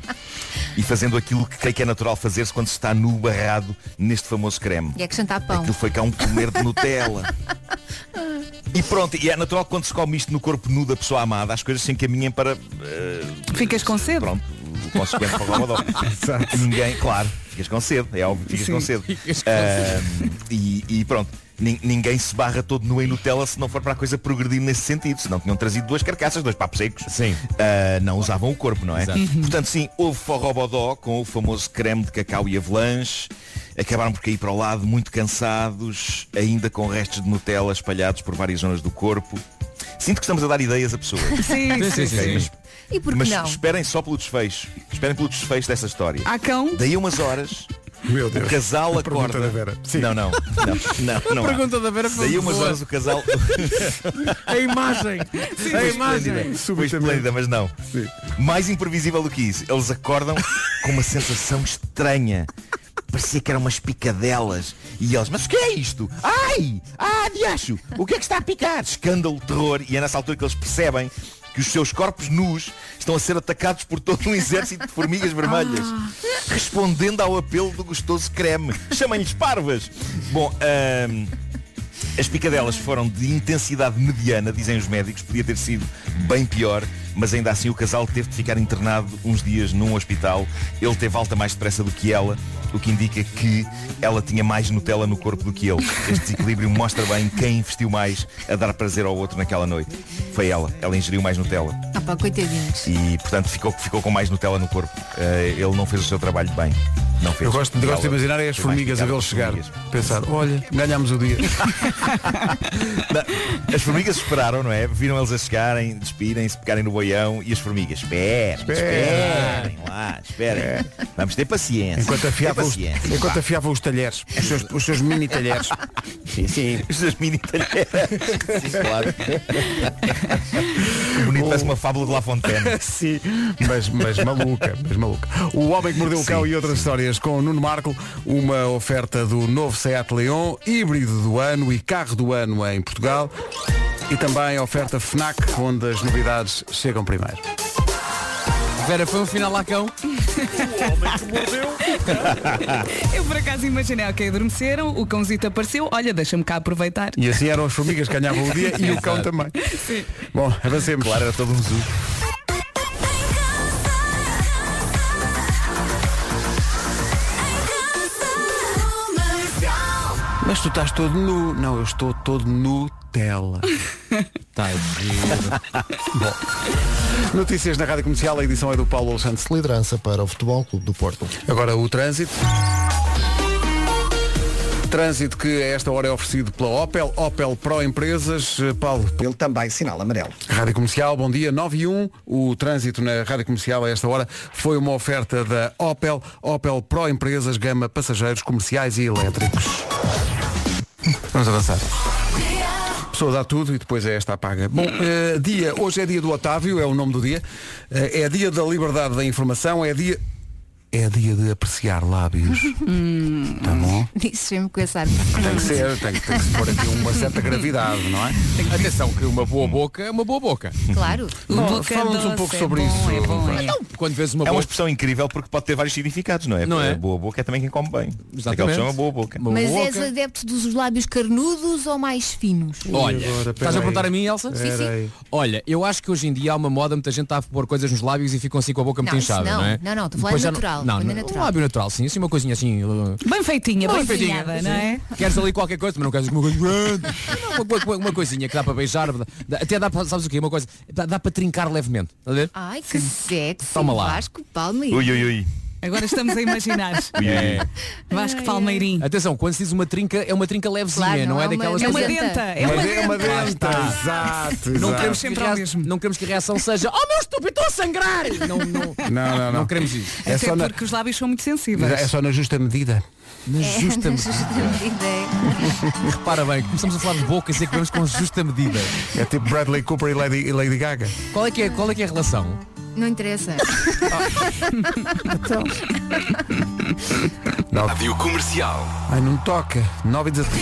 Speaker 11: E fazendo aquilo que creio que é natural fazer-se quando se está nu barrado neste famoso creme.
Speaker 5: E é que jantar pão.
Speaker 11: Aquilo foi cá um comer de Nutella. E pronto, e é natural que quando se come isto no corpo nu da pessoa amada, as coisas se encaminhem para. eh,
Speaker 4: Ficas com sede?
Speaker 11: Pronto, o consequente para o Godó. Ninguém, claro, ficas com cedo, é óbvio, ficas
Speaker 4: Sim,
Speaker 11: com cedo.
Speaker 4: ficas com
Speaker 11: Ahm, e, e pronto, nin- ninguém se barra todo nu em Nutella se não for para a coisa progredir nesse sentido, se não tinham trazido duas carcaças, dois papos secos. Sim. não usavam o corpo, não é?
Speaker 14: Exato. Uhum.
Speaker 11: Portanto, sim, houve forrobodó com o famoso creme de cacau e avalanche. Acabaram por cair para o lado muito cansados, ainda com restos de Nutella espalhados por várias zonas do corpo. Sinto que estamos a dar ideias a pessoas.
Speaker 4: Sim, Sim, sim, sim,
Speaker 11: Ok,
Speaker 4: sim.
Speaker 11: mas-
Speaker 5: E por que
Speaker 11: mas
Speaker 5: não?
Speaker 11: esperem só pelo desfecho. Esperem pelo desfecho desta história.
Speaker 4: Há cão?
Speaker 11: Daí a umas horas, o casal acorda. Não, não. Não, não, não.
Speaker 14: A
Speaker 11: há.
Speaker 14: pergunta da Vera foi
Speaker 11: Daí a
Speaker 14: muito
Speaker 11: umas
Speaker 14: boa.
Speaker 11: horas o casal.
Speaker 14: A imagem.
Speaker 11: Sim,
Speaker 14: a
Speaker 11: foi
Speaker 14: imagem.
Speaker 11: esplêndida. Foi esplêndida, mas não. Mais imprevisível do que isso. Eles acordam com uma sensação estranha. Parecia que eram umas picadelas. E eles, mas o que é isto? Ai! Ah, diacho! O que é que está a picar? Escândalo, terror. E é nessa altura que eles percebem que os seus corpos nus estão a ser atacados por todo um exército de formigas vermelhas. Respondendo ao apelo do gostoso creme. Chamem-lhes parvas. Bom, ahm, as picadelas foram de intensidade mediana, dizem os médicos, podia ter sido bem pior, mas ainda assim o casal teve de ficar internado uns dias num hospital. Ele teve alta mais depressa do que ela, o que indica que ela tinha mais Nutella no corpo do que ele. Este desequilíbrio mostra bem quem investiu mais a dar prazer ao outro naquela noite. Foi ela, ela ingeriu mais Nutella.
Speaker 5: Ah pá, coitadinhos.
Speaker 11: E portanto ficou, ficou com mais Nutella no corpo. Eh, ele não fez o seu trabalho bem. Não fez.
Speaker 2: Eu gosto, eu gosto de
Speaker 11: Ela
Speaker 2: imaginar é as
Speaker 11: foi mais
Speaker 2: formigas a
Speaker 11: picada
Speaker 2: vê-los
Speaker 11: pelas
Speaker 2: chegar.
Speaker 11: formigas.
Speaker 2: Pensar, olha, ganhámos o dia.
Speaker 11: Não, as formigas esperaram, não é? Viram eles a chegarem, despirem-se, pegarem no boião e as formigas, esperem, esperem lá, esperem. Vamos ter paciência.
Speaker 2: Enquanto
Speaker 11: Ter
Speaker 2: afiavam os,
Speaker 11: paciência.
Speaker 2: enquanto afiavam os talheres, os seus, os seus mini talheres.
Speaker 11: Sim, sim. Os seus mini talheres. Sim, claro. Que bonito, parece uma fábula de La Fontaine. É
Speaker 2: Sim, mas, mas maluca, mas maluca. O Homem que Mordeu o Cão e outras histórias com o Nuno Marco, uma oferta do novo Seat Leon, híbrido do ano e carro do ano em Portugal. E também a oferta FNAC, onde as novidades chegam primeiro.
Speaker 9: Vera, foi um final lá cão.
Speaker 4: Eu por acaso imaginei, ok, adormeceram, o cãozito apareceu, olha, deixa-me cá aproveitar.
Speaker 2: E assim eram as formigas que ganhavam o dia e o cão
Speaker 4: Exato.
Speaker 2: também.
Speaker 4: Sim.
Speaker 2: Bom, avancemos. Claro,
Speaker 11: era todo um zoo.
Speaker 2: Mas tu estás todo nu. Não, eu estou todo Nutella. Está Bom. Notícias na Rádio Comercial, a edição é do Paulo Santos.
Speaker 1: Liderança para o Futebol Clube do Porto.
Speaker 2: Agora o trânsito. Trânsito que a esta hora é oferecido pela Opel, Opel Pro Empresas. Eh, Paulo.
Speaker 3: Ele também, sinal amarelo.
Speaker 2: Rádio Comercial, bom dia, 9 e 1. O trânsito na Rádio Comercial a esta hora foi uma oferta da Opel, Opel Pro Empresas, gama passageiros comerciais e elétricos. Vamos avançar. A pessoa dá tudo e depois é esta apaga. Bom, eh, dia, hoje é dia do Otávio, é o nome do dia. Eh, é dia da liberdade da informação, é dia. É dia de apreciar lábios.
Speaker 5: Hum,
Speaker 2: Tá bom?
Speaker 5: Isso sempre com essa arte.
Speaker 2: Tem que ser, tem, tem que se pôr aqui uma certa gravidade, não é?
Speaker 9: Atenção, que uma boa boca é uma boa boca.
Speaker 5: Claro.
Speaker 2: Bom, Fala-nos um
Speaker 4: é
Speaker 2: pouco sobre isso.
Speaker 9: Então, quando vês uma
Speaker 11: é uma
Speaker 9: boa
Speaker 11: expressão incrível porque pode ter vários significados, não é?
Speaker 9: Não é?
Speaker 11: A boa boca é também quem come bem. Aquela pessoa é uma boa boca.
Speaker 5: Mas és adepto dos lábios carnudos ou mais finos?
Speaker 9: Olha, estás a perguntar a mim, Elsa?
Speaker 5: Sim, sim.
Speaker 9: Olha, eu acho que hoje em dia há uma moda, muita gente está a pôr coisas nos lábios e ficam assim com a boca
Speaker 5: Não,
Speaker 9: muito
Speaker 5: isso
Speaker 9: inchada,
Speaker 5: não.
Speaker 9: não é?
Speaker 5: Não, não, estou a falar
Speaker 9: Depois já
Speaker 5: natural,
Speaker 9: Não,
Speaker 5: quando é
Speaker 9: não,
Speaker 5: natural.
Speaker 9: um lábio natural, sim, assim uma coisinha assim. uh,
Speaker 4: Bem feitinha, bem,
Speaker 9: Bem feitinha,
Speaker 4: apanhada,
Speaker 9: sim.
Speaker 4: não é?
Speaker 9: Queres ali qualquer coisa, mas não queres uma coisa grande. Não, Uma, co- uma coisinha que dá para beijar, dá- até dá para, sabes o quê? Uma coisa, dá, dá para trincar levemente. Está a ver?
Speaker 5: Ai, que sexy.
Speaker 9: Toma lá.
Speaker 5: Vasco, palma aí.
Speaker 9: ui.
Speaker 4: Agora estamos a imaginar.
Speaker 9: É.
Speaker 4: Vasco Palmeirim.
Speaker 9: Atenção, quando se diz uma trinca, é uma trinca levezinha,
Speaker 4: Claro,
Speaker 9: não,
Speaker 4: não
Speaker 9: é,
Speaker 4: é uma-
Speaker 9: daquelas
Speaker 4: é uma
Speaker 9: coisas-
Speaker 4: denta, é uma
Speaker 9: de-
Speaker 4: denta.
Speaker 9: Lá está.
Speaker 4: Lá está. Exato,
Speaker 9: Não
Speaker 4: exato.
Speaker 9: queremos,
Speaker 4: Sempre
Speaker 9: que
Speaker 4: ao
Speaker 9: a reação, não queremos que a reação seja Oh meu estúpido, estou a sangrar! Não, não,
Speaker 2: Não, não, não.
Speaker 9: Não queremos isso.
Speaker 2: É
Speaker 4: Até
Speaker 2: só na-
Speaker 4: porque os lábios são muito sensíveis.
Speaker 2: É só na justa medida.
Speaker 9: Na
Speaker 4: É,
Speaker 9: justa
Speaker 4: na
Speaker 9: medida.
Speaker 4: justa
Speaker 5: é.
Speaker 9: Repara bem, começamos a falar de boca e dizer que vamos com justa medida.
Speaker 2: É tipo Bradley Cooper e Lady, e Lady Gaga.
Speaker 9: Qual é que é, qual é, que é a relação?
Speaker 5: Não interessa.
Speaker 2: Rádio Comercial. Ai, não me toca. 9 e 17.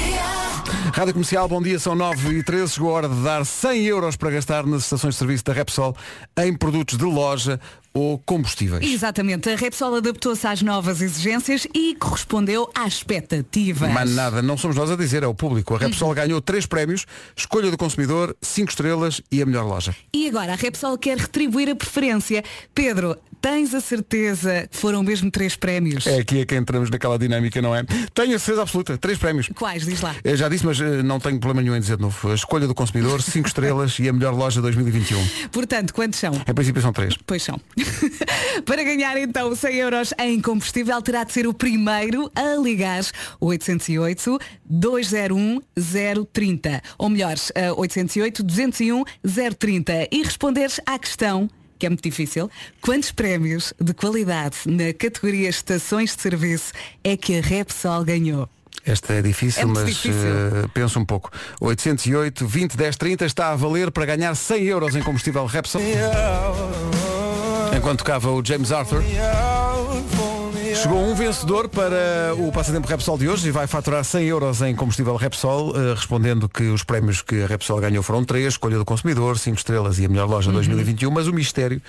Speaker 2: Rádio Comercial, bom dia, são 9 e 13. Chegou a hora de dar 100 euros para gastar nas estações de serviço da Repsol em produtos de loja ou combustíveis.
Speaker 4: Exatamente, a Repsol adaptou-se às novas exigências e correspondeu à expectativa.
Speaker 2: Mas nada, não somos nós a dizer, é o público. A Repsol ganhou três prémios, escolha do consumidor, cinco estrelas e a melhor loja.
Speaker 4: E agora a Repsol quer retribuir a preferência. Pedro, tens a certeza que foram mesmo três prémios?
Speaker 2: É aqui é que entramos naquela dinâmica, não é? Tenho a certeza absoluta, três prémios.
Speaker 4: Quais? Diz lá.
Speaker 2: Eu já disse, mas eh, não tenho problema nenhum em dizer de novo. A escolha do consumidor, cinco estrelas e a melhor loja 2021.
Speaker 4: Portanto, quantos são?
Speaker 2: Em princípio são três.
Speaker 4: Pois são. Para ganhar então 100 euros em combustível, terá de ser o primeiro a ligar 808-201-030. Ou melhor, eh, 808-201-030. E responderes à questão, que é muito difícil, quantos prémios de qualidade na categoria estações de serviço é que a Repsol ganhou?
Speaker 2: Esta é difícil,
Speaker 4: É muito
Speaker 2: mas
Speaker 4: difícil.
Speaker 2: eh, pensa um pouco. 808 20 10 30 está a valer para ganhar 100 euros em combustível Repsol. Enquanto tocava o James Arthur. Chegou um vencedor para o passatempo Repsol de hoje e vai faturar 100 euros em combustível Repsol, eh, respondendo que os prémios que a Repsol ganhou foram três, escolha do consumidor, cinco estrelas e a melhor
Speaker 4: Uhum.
Speaker 2: loja 2021, mas o mistério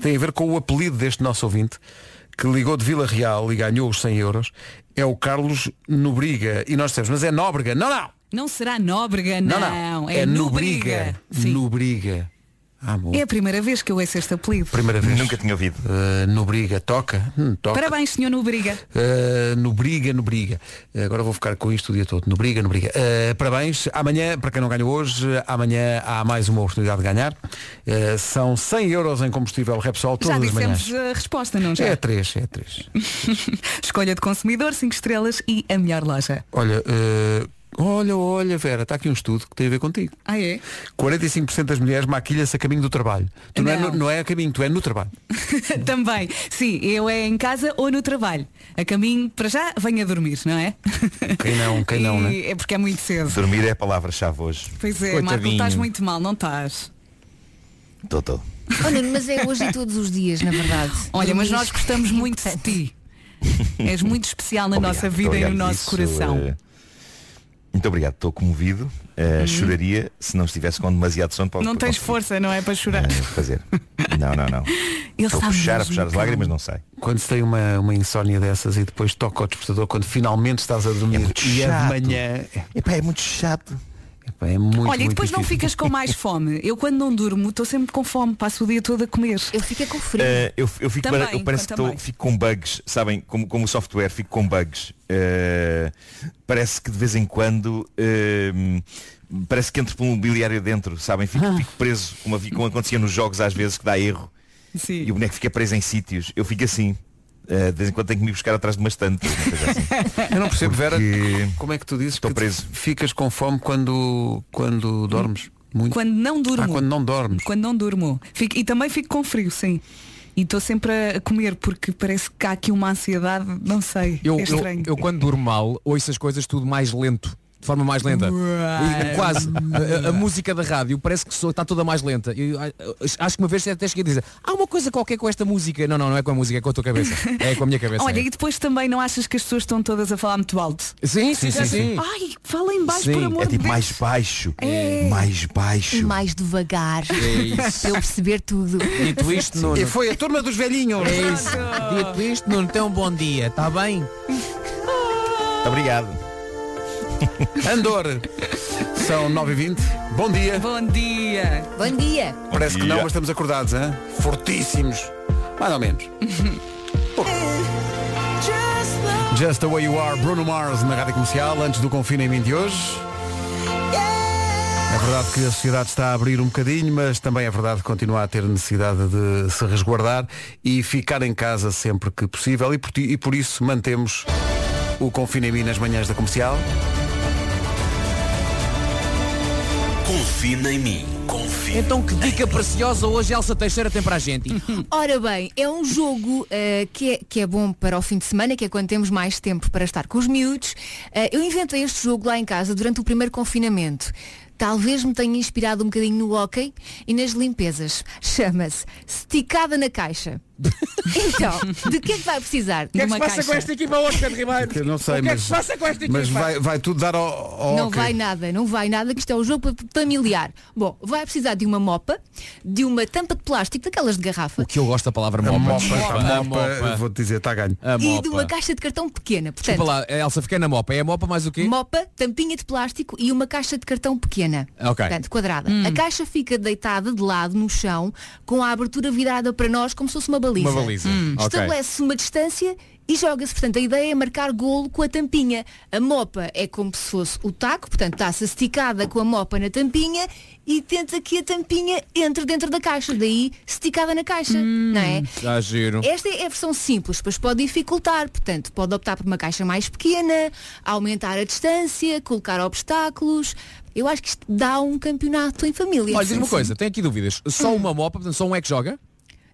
Speaker 2: tem a ver com o apelido deste nosso ouvinte, que ligou de Vila Real e ganhou os 100 euros, é o Carlos Nobriga. E nós dissemos, mas é Nóbrega. Não, não!
Speaker 4: Não será Nóbrega,
Speaker 2: Não,
Speaker 4: não.
Speaker 2: não.
Speaker 4: É,
Speaker 2: Nobriga.
Speaker 4: Nobriga. Sim.
Speaker 2: Nobriga. Amor.
Speaker 4: É a primeira vez que eu ouço este apelido.
Speaker 2: Primeira vez. Nunca tinha ouvido. Nobriga, toca. Hum, toca.
Speaker 4: Parabéns, senhor Nobriga.
Speaker 2: Uh, no Briga, no Briga. Uh, agora vou ficar com isto o dia todo. No Briga, no Briga. Uh, parabéns. Amanhã, para quem não ganhou hoje, uh, amanhã há mais uma oportunidade de ganhar. Uh, são 100 euros em combustível Repsol
Speaker 4: Já
Speaker 2: todas as
Speaker 4: dissemos
Speaker 2: manhãs.
Speaker 4: a resposta, não já?
Speaker 2: É 3, é 3.
Speaker 4: Escolha de consumidor, 5 estrelas e a melhor loja.
Speaker 2: Olha, uh, olha, olha, Vera, está aqui um estudo que tem a ver contigo.
Speaker 4: Ah, é?
Speaker 2: 45% das mulheres maquilham-se a caminho do trabalho. Tu não, É
Speaker 4: Não.
Speaker 2: no, não é a caminho, tu é no trabalho.
Speaker 4: Também. Sim, eu é em casa ou no trabalho. A caminho, para já, venha dormir, não é?
Speaker 11: Quem não, quem não,
Speaker 4: E
Speaker 11: né?
Speaker 4: É porque é muito cedo.
Speaker 11: Dormir é a palavra-chave hoje.
Speaker 4: Pois é, Marco, estás muito mal, não estás?
Speaker 11: Tô, tô.
Speaker 5: Olha, mas é hoje e todos os dias, na verdade.
Speaker 4: Olha, mas
Speaker 5: Dormir.
Speaker 4: nós gostamos muito de ti. És muito especial na nossa vida e no
Speaker 11: Obrigado,
Speaker 4: nosso
Speaker 11: isso,
Speaker 4: coração.
Speaker 11: eh, Muito obrigado, estou comovido. Eh, Choraria se não estivesse com demasiado sono para
Speaker 4: Uhum. Não
Speaker 11: para
Speaker 4: tens força, não é? Para chorar.
Speaker 11: conseguir fazer. Não, não, não.
Speaker 4: Ele
Speaker 11: Estou a
Speaker 4: sabe
Speaker 11: Eh, puxar, a
Speaker 4: mesmo,
Speaker 11: puxar as
Speaker 4: Paulo.
Speaker 11: lágrimas, não sai.
Speaker 2: Quando se tem uma, uma insónia dessas e depois toca o despertador quando finalmente estás a dormir e é de
Speaker 11: chato.
Speaker 2: manhã.
Speaker 11: Epá, é muito chato.
Speaker 2: é muito,
Speaker 4: Olha, e
Speaker 2: muito
Speaker 4: depois não
Speaker 2: difícil.
Speaker 4: ficas com mais fome. Eu quando não durmo estou sempre com fome, passo o dia todo a comer.
Speaker 5: Eu fico com
Speaker 11: Eh, eu, eu fico para- eu parece que estou-
Speaker 4: também.
Speaker 11: fico com bugs, sabem, como, como o software, fico com bugs. Eh, parece que de vez em quando eh, parece que entro por um mobiliário dentro, sabem? Fico,
Speaker 4: Ah.
Speaker 11: fico preso, como, havia- como acontecia nos jogos às vezes que dá erro.
Speaker 4: Sim.
Speaker 11: E o boneco fica preso em sítios. Eu fico assim. Eh, de vez em quando tenho que me buscar atrás de uma estante. uma coisa assim.
Speaker 2: Eu não percebo, Vera,
Speaker 11: Porque-
Speaker 2: como é que tu dizes que tu ficas com fome quando, quando dormes? Muito.
Speaker 4: Quando não durmo.
Speaker 2: Ah, quando não dormes.
Speaker 4: Quando não durmo. Fico- e também fico com frio, sim. E estou sempre a- a comer porque parece que há aqui uma ansiedade, não sei.
Speaker 9: Eu,
Speaker 4: é
Speaker 9: eu-
Speaker 4: estranho.
Speaker 9: eu quando durmo mal, ouço as coisas tudo mais lento. De forma mais lenta. E quase. A- A, a música da rádio parece que soa- está toda mais lenta. E eu a- acho que uma vez até cheguei a dizer, há uma coisa qualquer com esta música. Não, não, não é com a música, é com a tua cabeça. É com a minha cabeça.
Speaker 4: Olha,
Speaker 9: é.
Speaker 4: e depois também não achas que as pessoas estão todas a falar muito alto?
Speaker 9: Sim, sim, sim, sim.
Speaker 4: Ai, fala em baixo,
Speaker 11: Sim.
Speaker 4: por amor
Speaker 11: é
Speaker 4: de
Speaker 11: tipo
Speaker 4: Deus.
Speaker 11: mais baixo.
Speaker 4: É.
Speaker 11: Mais baixo.
Speaker 5: E mais devagar.
Speaker 11: É isso.
Speaker 5: Para eu perceber tudo.
Speaker 9: Dito isto, Nuno.
Speaker 2: E foi a turma dos velhinhos.
Speaker 9: É isso. Dito isto, Nuno, tem um bom dia, está bem?
Speaker 11: Muito obrigado.
Speaker 2: Andor. São 9h20. Bom dia.
Speaker 4: Bom dia.
Speaker 5: Bom dia.
Speaker 2: Parece que não, mas estamos acordados, hein? fortíssimos. Mais ou menos. Just the way you are, Bruno Mars na rádio comercial, antes do Confina em mim de hoje. É verdade que a sociedade está a abrir um bocadinho, mas também é verdade que continua a ter necessidade de se resguardar e ficar em casa sempre que possível. E por, ti- e por isso mantemos o Confina em mim nas manhãs da comercial.
Speaker 15: Confina em mim.
Speaker 9: Então que dica preciosa hoje Elsa Teixeira tem para a gente.
Speaker 5: Ora bem, é um jogo eh, que, é, que é bom para o fim de semana, que é quando temos mais tempo para estar com os miúdos. Eh, eu inventei este jogo lá em casa durante o primeiro confinamento. Talvez me tenha inspirado um bocadinho no hóquei e nas limpezas. Chama-se Esticada na Caixa. Então, de que é que vai precisar?
Speaker 14: que é que
Speaker 5: Numa
Speaker 14: se passa
Speaker 5: caixa?
Speaker 14: com esta equipa hoje, Pedro Ribeiro?
Speaker 2: Eu não sei,
Speaker 14: o que é
Speaker 2: mas,
Speaker 14: que se passa com esta equipa?
Speaker 2: mas vai, vai tudo dar ao, ao
Speaker 5: não
Speaker 2: hockey.
Speaker 5: vai nada, não vai nada, que isto é um jogo pa- familiar. Bom, vai precisar de uma mopa, de uma tampa de plástico, daquelas de garrafa,
Speaker 9: O que eu gosto da palavra
Speaker 2: A
Speaker 9: mopa.
Speaker 2: mopa,
Speaker 9: Desculpa,
Speaker 2: a mopa, vou-te dizer, está a ganho.
Speaker 9: é A
Speaker 5: e de uma caixa de cartão pequena. Portanto,
Speaker 9: Desculpa lá, Elsa, fiquei na mopa. É a mopa mais o quê?
Speaker 5: mopa, tampinha de plástico e uma caixa de cartão pequena.
Speaker 9: Ok.
Speaker 5: Portanto, quadrada.
Speaker 9: Hum.
Speaker 5: A caixa fica deitada de lado no chão, com a abertura virada para nós como se fosse uma baliza.
Speaker 9: Uma baliza. Hum. Ok.
Speaker 5: Estabelece-se uma distância e joga-se. Portanto, a ideia é marcar golo com a tampinha. A mopa é como se fosse o taco, portanto, está-se esticada com a mopa na tampinha e tenta que a tampinha entre dentro da caixa. Daí, esticada na caixa,
Speaker 9: Hum.
Speaker 5: não é?
Speaker 9: Já giro.
Speaker 5: Esta é a versão simples, pois pode dificultar, portanto, pode optar por uma caixa mais pequena, aumentar a distância, colocar obstáculos. Eu acho que isto dá um campeonato em família.
Speaker 9: Olha, diz uma coisa, tenho aqui dúvidas.
Speaker 5: Hum.
Speaker 9: Só uma mopa, portanto, só um é que joga?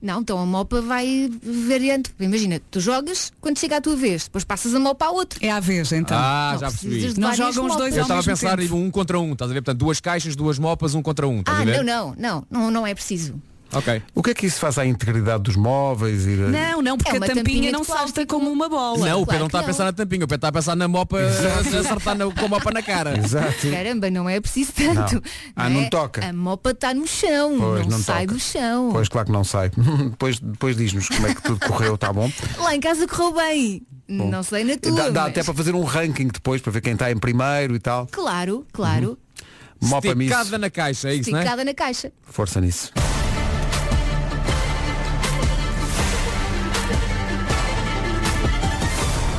Speaker 5: Não, então a mopa vai variando. Imagina, tu jogas, quando chega a tua vez, depois passas a mopa a outro.
Speaker 4: É à vez, então.
Speaker 9: ah, já percebi.
Speaker 4: Não jogam os dois
Speaker 9: Eu
Speaker 4: ao
Speaker 9: estava a
Speaker 4: mesmo
Speaker 9: pensar
Speaker 4: tempo.
Speaker 9: em um contra um, estás a ver? Portanto, duas caixas, duas mopas, um contra um. Estás
Speaker 5: Ah,
Speaker 9: a ver?
Speaker 5: não, não, não, não, não é preciso.
Speaker 9: Ok.
Speaker 2: O que é que isso faz à integridade dos móveis? E da-
Speaker 4: Não, não, porque
Speaker 5: É
Speaker 4: a
Speaker 5: uma
Speaker 4: tampinha,
Speaker 5: tampinha de
Speaker 4: não salta como uma bola.
Speaker 9: Não, o Pedro não está a pensar na tampinha, o Pedro está a pensar na mopa, a acertar na- com a mopa na cara.
Speaker 2: Exato.
Speaker 5: Caramba, não é preciso tanto.
Speaker 2: Não. Ah, não
Speaker 5: é?
Speaker 2: toca.
Speaker 5: A mopa está no chão,
Speaker 2: Pois,
Speaker 5: não,
Speaker 2: não
Speaker 5: sai
Speaker 2: toca.
Speaker 5: do chão.
Speaker 2: Pois claro que não sai. depois depois diz-nos como é que tudo correu, está bom?
Speaker 5: Lá em casa correu bem.
Speaker 2: Bom.
Speaker 5: Não sei na tua.
Speaker 2: Dá, dá
Speaker 5: mas-
Speaker 2: até para fazer um ranking depois, para ver quem está em primeiro e tal.
Speaker 5: Claro, claro.
Speaker 2: Mopa nisso.
Speaker 9: Esticada na caixa, é isso, não é?
Speaker 5: Esticada na caixa.
Speaker 2: Força nisso.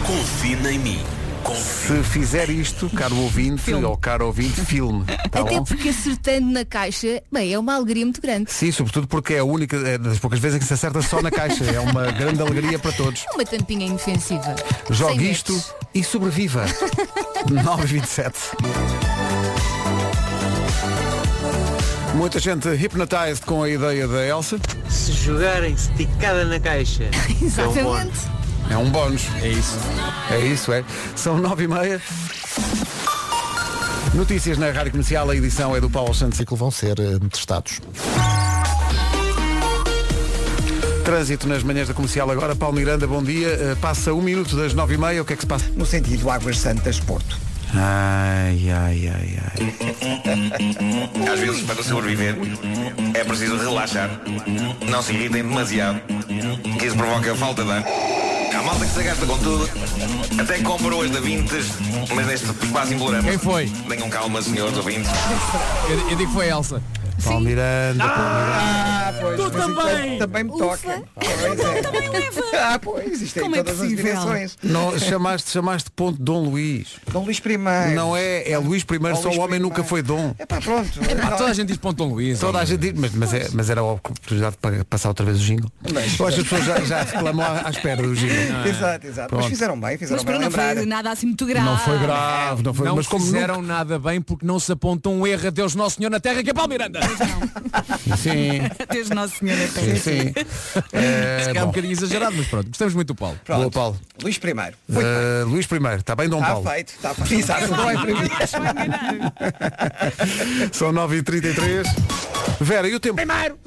Speaker 15: Confina em mim.
Speaker 2: Se fizer isto, caro ouvinte, ou caro ouvinte, filme. Tá
Speaker 5: Até
Speaker 2: bom?
Speaker 5: porque acertando na caixa, bem, é uma alegria muito grande.
Speaker 2: Sim, sobretudo porque é a única, é das poucas vezes em que se acerta só na caixa. É uma grande alegria para todos.
Speaker 5: É uma tampinha inofensiva.
Speaker 2: Jogue
Speaker 5: Sem
Speaker 2: isto
Speaker 5: metros.
Speaker 2: e sobreviva. 927. Muita gente hipnotized com a ideia da Elsa.
Speaker 16: Se jogarem esticada na caixa.
Speaker 5: Exatamente.
Speaker 2: É um bónus. É isso. É isso, é. São nove e meia. Notícias na Rádio Comercial, a edição é do Paulo Santos.
Speaker 1: Ciclo vão ser eh, testados.
Speaker 2: Trânsito nas manhãs da comercial agora. Paulo Miranda, bom dia. Eh, Passa um minuto das nove e meia. O que é que se passa?
Speaker 3: No sentido Águas Santas Porto.
Speaker 2: Ai, ai, ai, ai.
Speaker 11: Às vezes, para sobreviver, é preciso relaxar. Não se irritem demasiado, que isso provoca falta de ar. Há malta que se gasta com tudo. Até compra hoje da Vintes, mas neste quase imploramos.
Speaker 9: Quem foi?
Speaker 11: Tenham calma, senhores ouvintes.
Speaker 9: Eu, eu digo que foi a Elsa.
Speaker 2: Paulo Miranda.
Speaker 3: Ah, pois,
Speaker 2: Tu
Speaker 3: mas isso é-
Speaker 2: também.
Speaker 3: Também me toca. Pois é. Ah, pois, isto é em todas as direções.
Speaker 2: Não, chamaste, chamaste ponto Dom Luís.
Speaker 3: Dom Luís I.
Speaker 2: Não é, é Luís I,
Speaker 3: Ó,
Speaker 2: só
Speaker 3: Luís
Speaker 2: o homem nunca foi Dom.
Speaker 3: É pá, pronto.
Speaker 2: Epá,
Speaker 3: Não,
Speaker 2: toda a
Speaker 9: Ah, gente diz ponto Dom Luís.
Speaker 2: Toda a gente diz, mas, mas, é- mas era a oportunidade para passar outra vez o jingle.
Speaker 3: Mas-
Speaker 2: Eu acho que as pessoas já, já reclamam à, à espera do jingle. não é?
Speaker 3: Exato, exato.
Speaker 2: Pronto.
Speaker 3: Mas fizeram bem, fizeram
Speaker 4: Mas pronto, não
Speaker 3: bem. lembrar.
Speaker 4: foi nada assim muito grave.
Speaker 2: Não foi grave, não foi.
Speaker 9: Não
Speaker 2: mas como
Speaker 9: fizeram nada bem porque não se aponta um erro a Deus Nosso Senhor na Terra que é Paulo Miranda.
Speaker 2: nunca... Sim.
Speaker 4: Deus Nosso Senhor na
Speaker 2: Sim, sim.
Speaker 9: Se calhar um bocadinho exagerado, mas pronto. Gostamos muito do Paulo.
Speaker 2: Pronto. Boa, Paulo.
Speaker 3: Luís I.
Speaker 2: Eh, Luís I, está bem Dom
Speaker 3: Está
Speaker 2: Paulo?
Speaker 3: feito, está feito. Exato, não é para mim.
Speaker 2: São 9h33. Vera, e o tempo? Primeiro!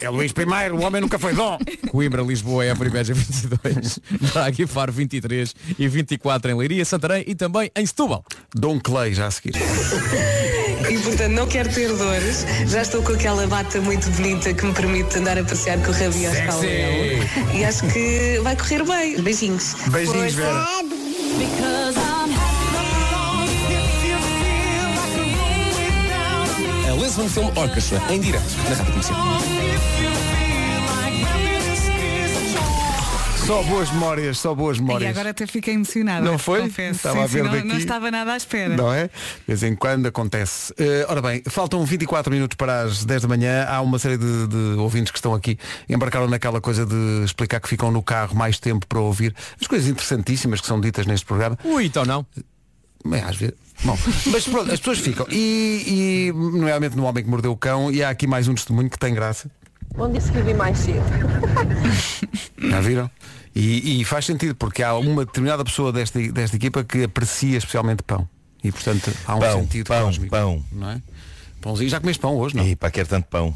Speaker 2: É Luís I, o homem nunca foi Dom.
Speaker 9: Coimbra, Lisboa e a Primeja 22, Braga e Faro 23 e 24 em Leiria, Santarém e também em Setúbal.
Speaker 2: Dom Clay já a seguir.
Speaker 17: E portanto não quero ter dores, já estou com aquela bata muito bonita que me permite andar a passear com o rabinho aos
Speaker 2: Sexy!
Speaker 17: caldeirão. E acho que vai correr bem. Beijinhos.
Speaker 2: Beijinhos, Vera.
Speaker 18: A Lisbon Film Orchestra, em direto, na Rádio Comercial.
Speaker 2: Só boas memórias, só boas
Speaker 4: E
Speaker 2: memórias.
Speaker 4: agora até fiquei emocionada.
Speaker 2: Não foi?
Speaker 4: Confesso.
Speaker 2: Estava
Speaker 4: Sim,
Speaker 2: a
Speaker 4: sim,
Speaker 2: ver
Speaker 4: não,
Speaker 2: daqui.
Speaker 4: não estava nada à
Speaker 11: né?
Speaker 4: espera.
Speaker 2: Não é? De vez em quando acontece. Eh, ora bem, faltam 24 minutos para as 10 da manhã. Há uma série de, de ouvintes que estão aqui. Embarcaram naquela coisa de explicar que ficam no carro mais tempo para ouvir as coisas interessantíssimas que são ditas neste programa.
Speaker 9: Ui, então não.
Speaker 2: Mas às vezes. Bom, mas pronto, as pessoas ficam. E, e nomeadamente no Homem que Mordeu o Cão, e há aqui mais um testemunho que tem graça.
Speaker 19: Onde escrevi mais cedo?
Speaker 2: Já viram? E, e faz sentido, porque há uma determinada pessoa desta, desta equipa que aprecia especialmente pão. E portanto há um
Speaker 11: Pão,
Speaker 2: sentido
Speaker 11: pão,
Speaker 2: cósmico.
Speaker 11: pão.
Speaker 2: Não é? Pãozinho. Já comeste pão hoje, não? E
Speaker 11: para quero tanto pão.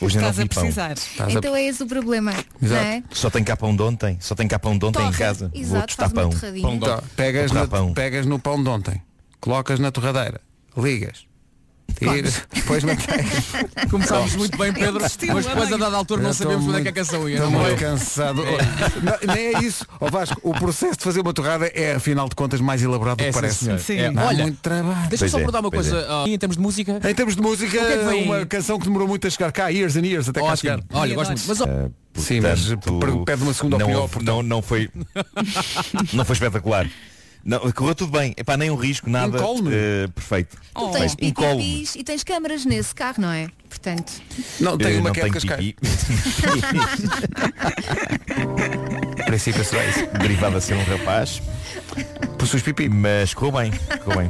Speaker 11: Hoje ainda não
Speaker 5: Estás a
Speaker 11: comi pão.
Speaker 5: precisar.
Speaker 11: Estás a-
Speaker 5: Então é esse o problema. Não
Speaker 11: Exato.
Speaker 5: é?
Speaker 11: Só tem cá pão de ontem. Só tem cá pão de ontem em
Speaker 5: Torra.
Speaker 11: casa.
Speaker 5: Exato,
Speaker 11: Vou tostar
Speaker 5: faz uma
Speaker 11: pão.
Speaker 5: torradinha. Pão de
Speaker 2: Tá,
Speaker 11: ontem.
Speaker 2: pegas,
Speaker 11: Vou
Speaker 2: na,
Speaker 11: torrar pão.
Speaker 2: pegas no pão de ontem, colocas na torradeira, ligas, tiras, depois manteigas.
Speaker 9: Começámos muito bem, Pedro, mas depois a dada altura não
Speaker 2: Eu tô
Speaker 9: sabemos onde é que a
Speaker 2: Então
Speaker 9: canção
Speaker 2: muito-
Speaker 9: ia.
Speaker 2: tô
Speaker 9: não
Speaker 2: muito
Speaker 9: é?
Speaker 2: cansado. Não, nem é isso. Ó Vasco, o processo de fazer uma torrada é, afinal de contas, mais elaborado do
Speaker 9: É,
Speaker 2: que
Speaker 9: sim,
Speaker 2: parece.
Speaker 9: senhor. É.
Speaker 2: Não há
Speaker 9: Olha,
Speaker 2: muito trabalho.
Speaker 9: Deixa-me só perguntar uma coisa. ah, em termos de música.
Speaker 2: Em termos de música,
Speaker 9: O que é que vem?
Speaker 2: uma canção que demorou muito a chegar cá, years and years, até cá
Speaker 9: Ótimo.
Speaker 2: chegar.
Speaker 9: Olha, gosto muito. Mas, ó,
Speaker 2: Sim, mas per- pede uma segunda
Speaker 11: não,
Speaker 2: opinião.
Speaker 11: houve- Não, não foi. não foi espetacular. Não, correu tudo bem. Epá, nem um risco, nada.
Speaker 2: Incólume.
Speaker 11: Eh, perfeito.
Speaker 5: Tu tens
Speaker 11: Perfeito. Um Incólume.
Speaker 5: pipipis e tens câmaras nesse carro, não é? Portanto.
Speaker 2: Não, tens
Speaker 11: Eh,
Speaker 2: uma
Speaker 11: não
Speaker 2: que é de
Speaker 11: tenho
Speaker 2: Cascais.
Speaker 11: Em princípio será isso. Derivado a ser um rapaz.
Speaker 2: Possuis pipi.
Speaker 11: Mas correu bem. Correu bem.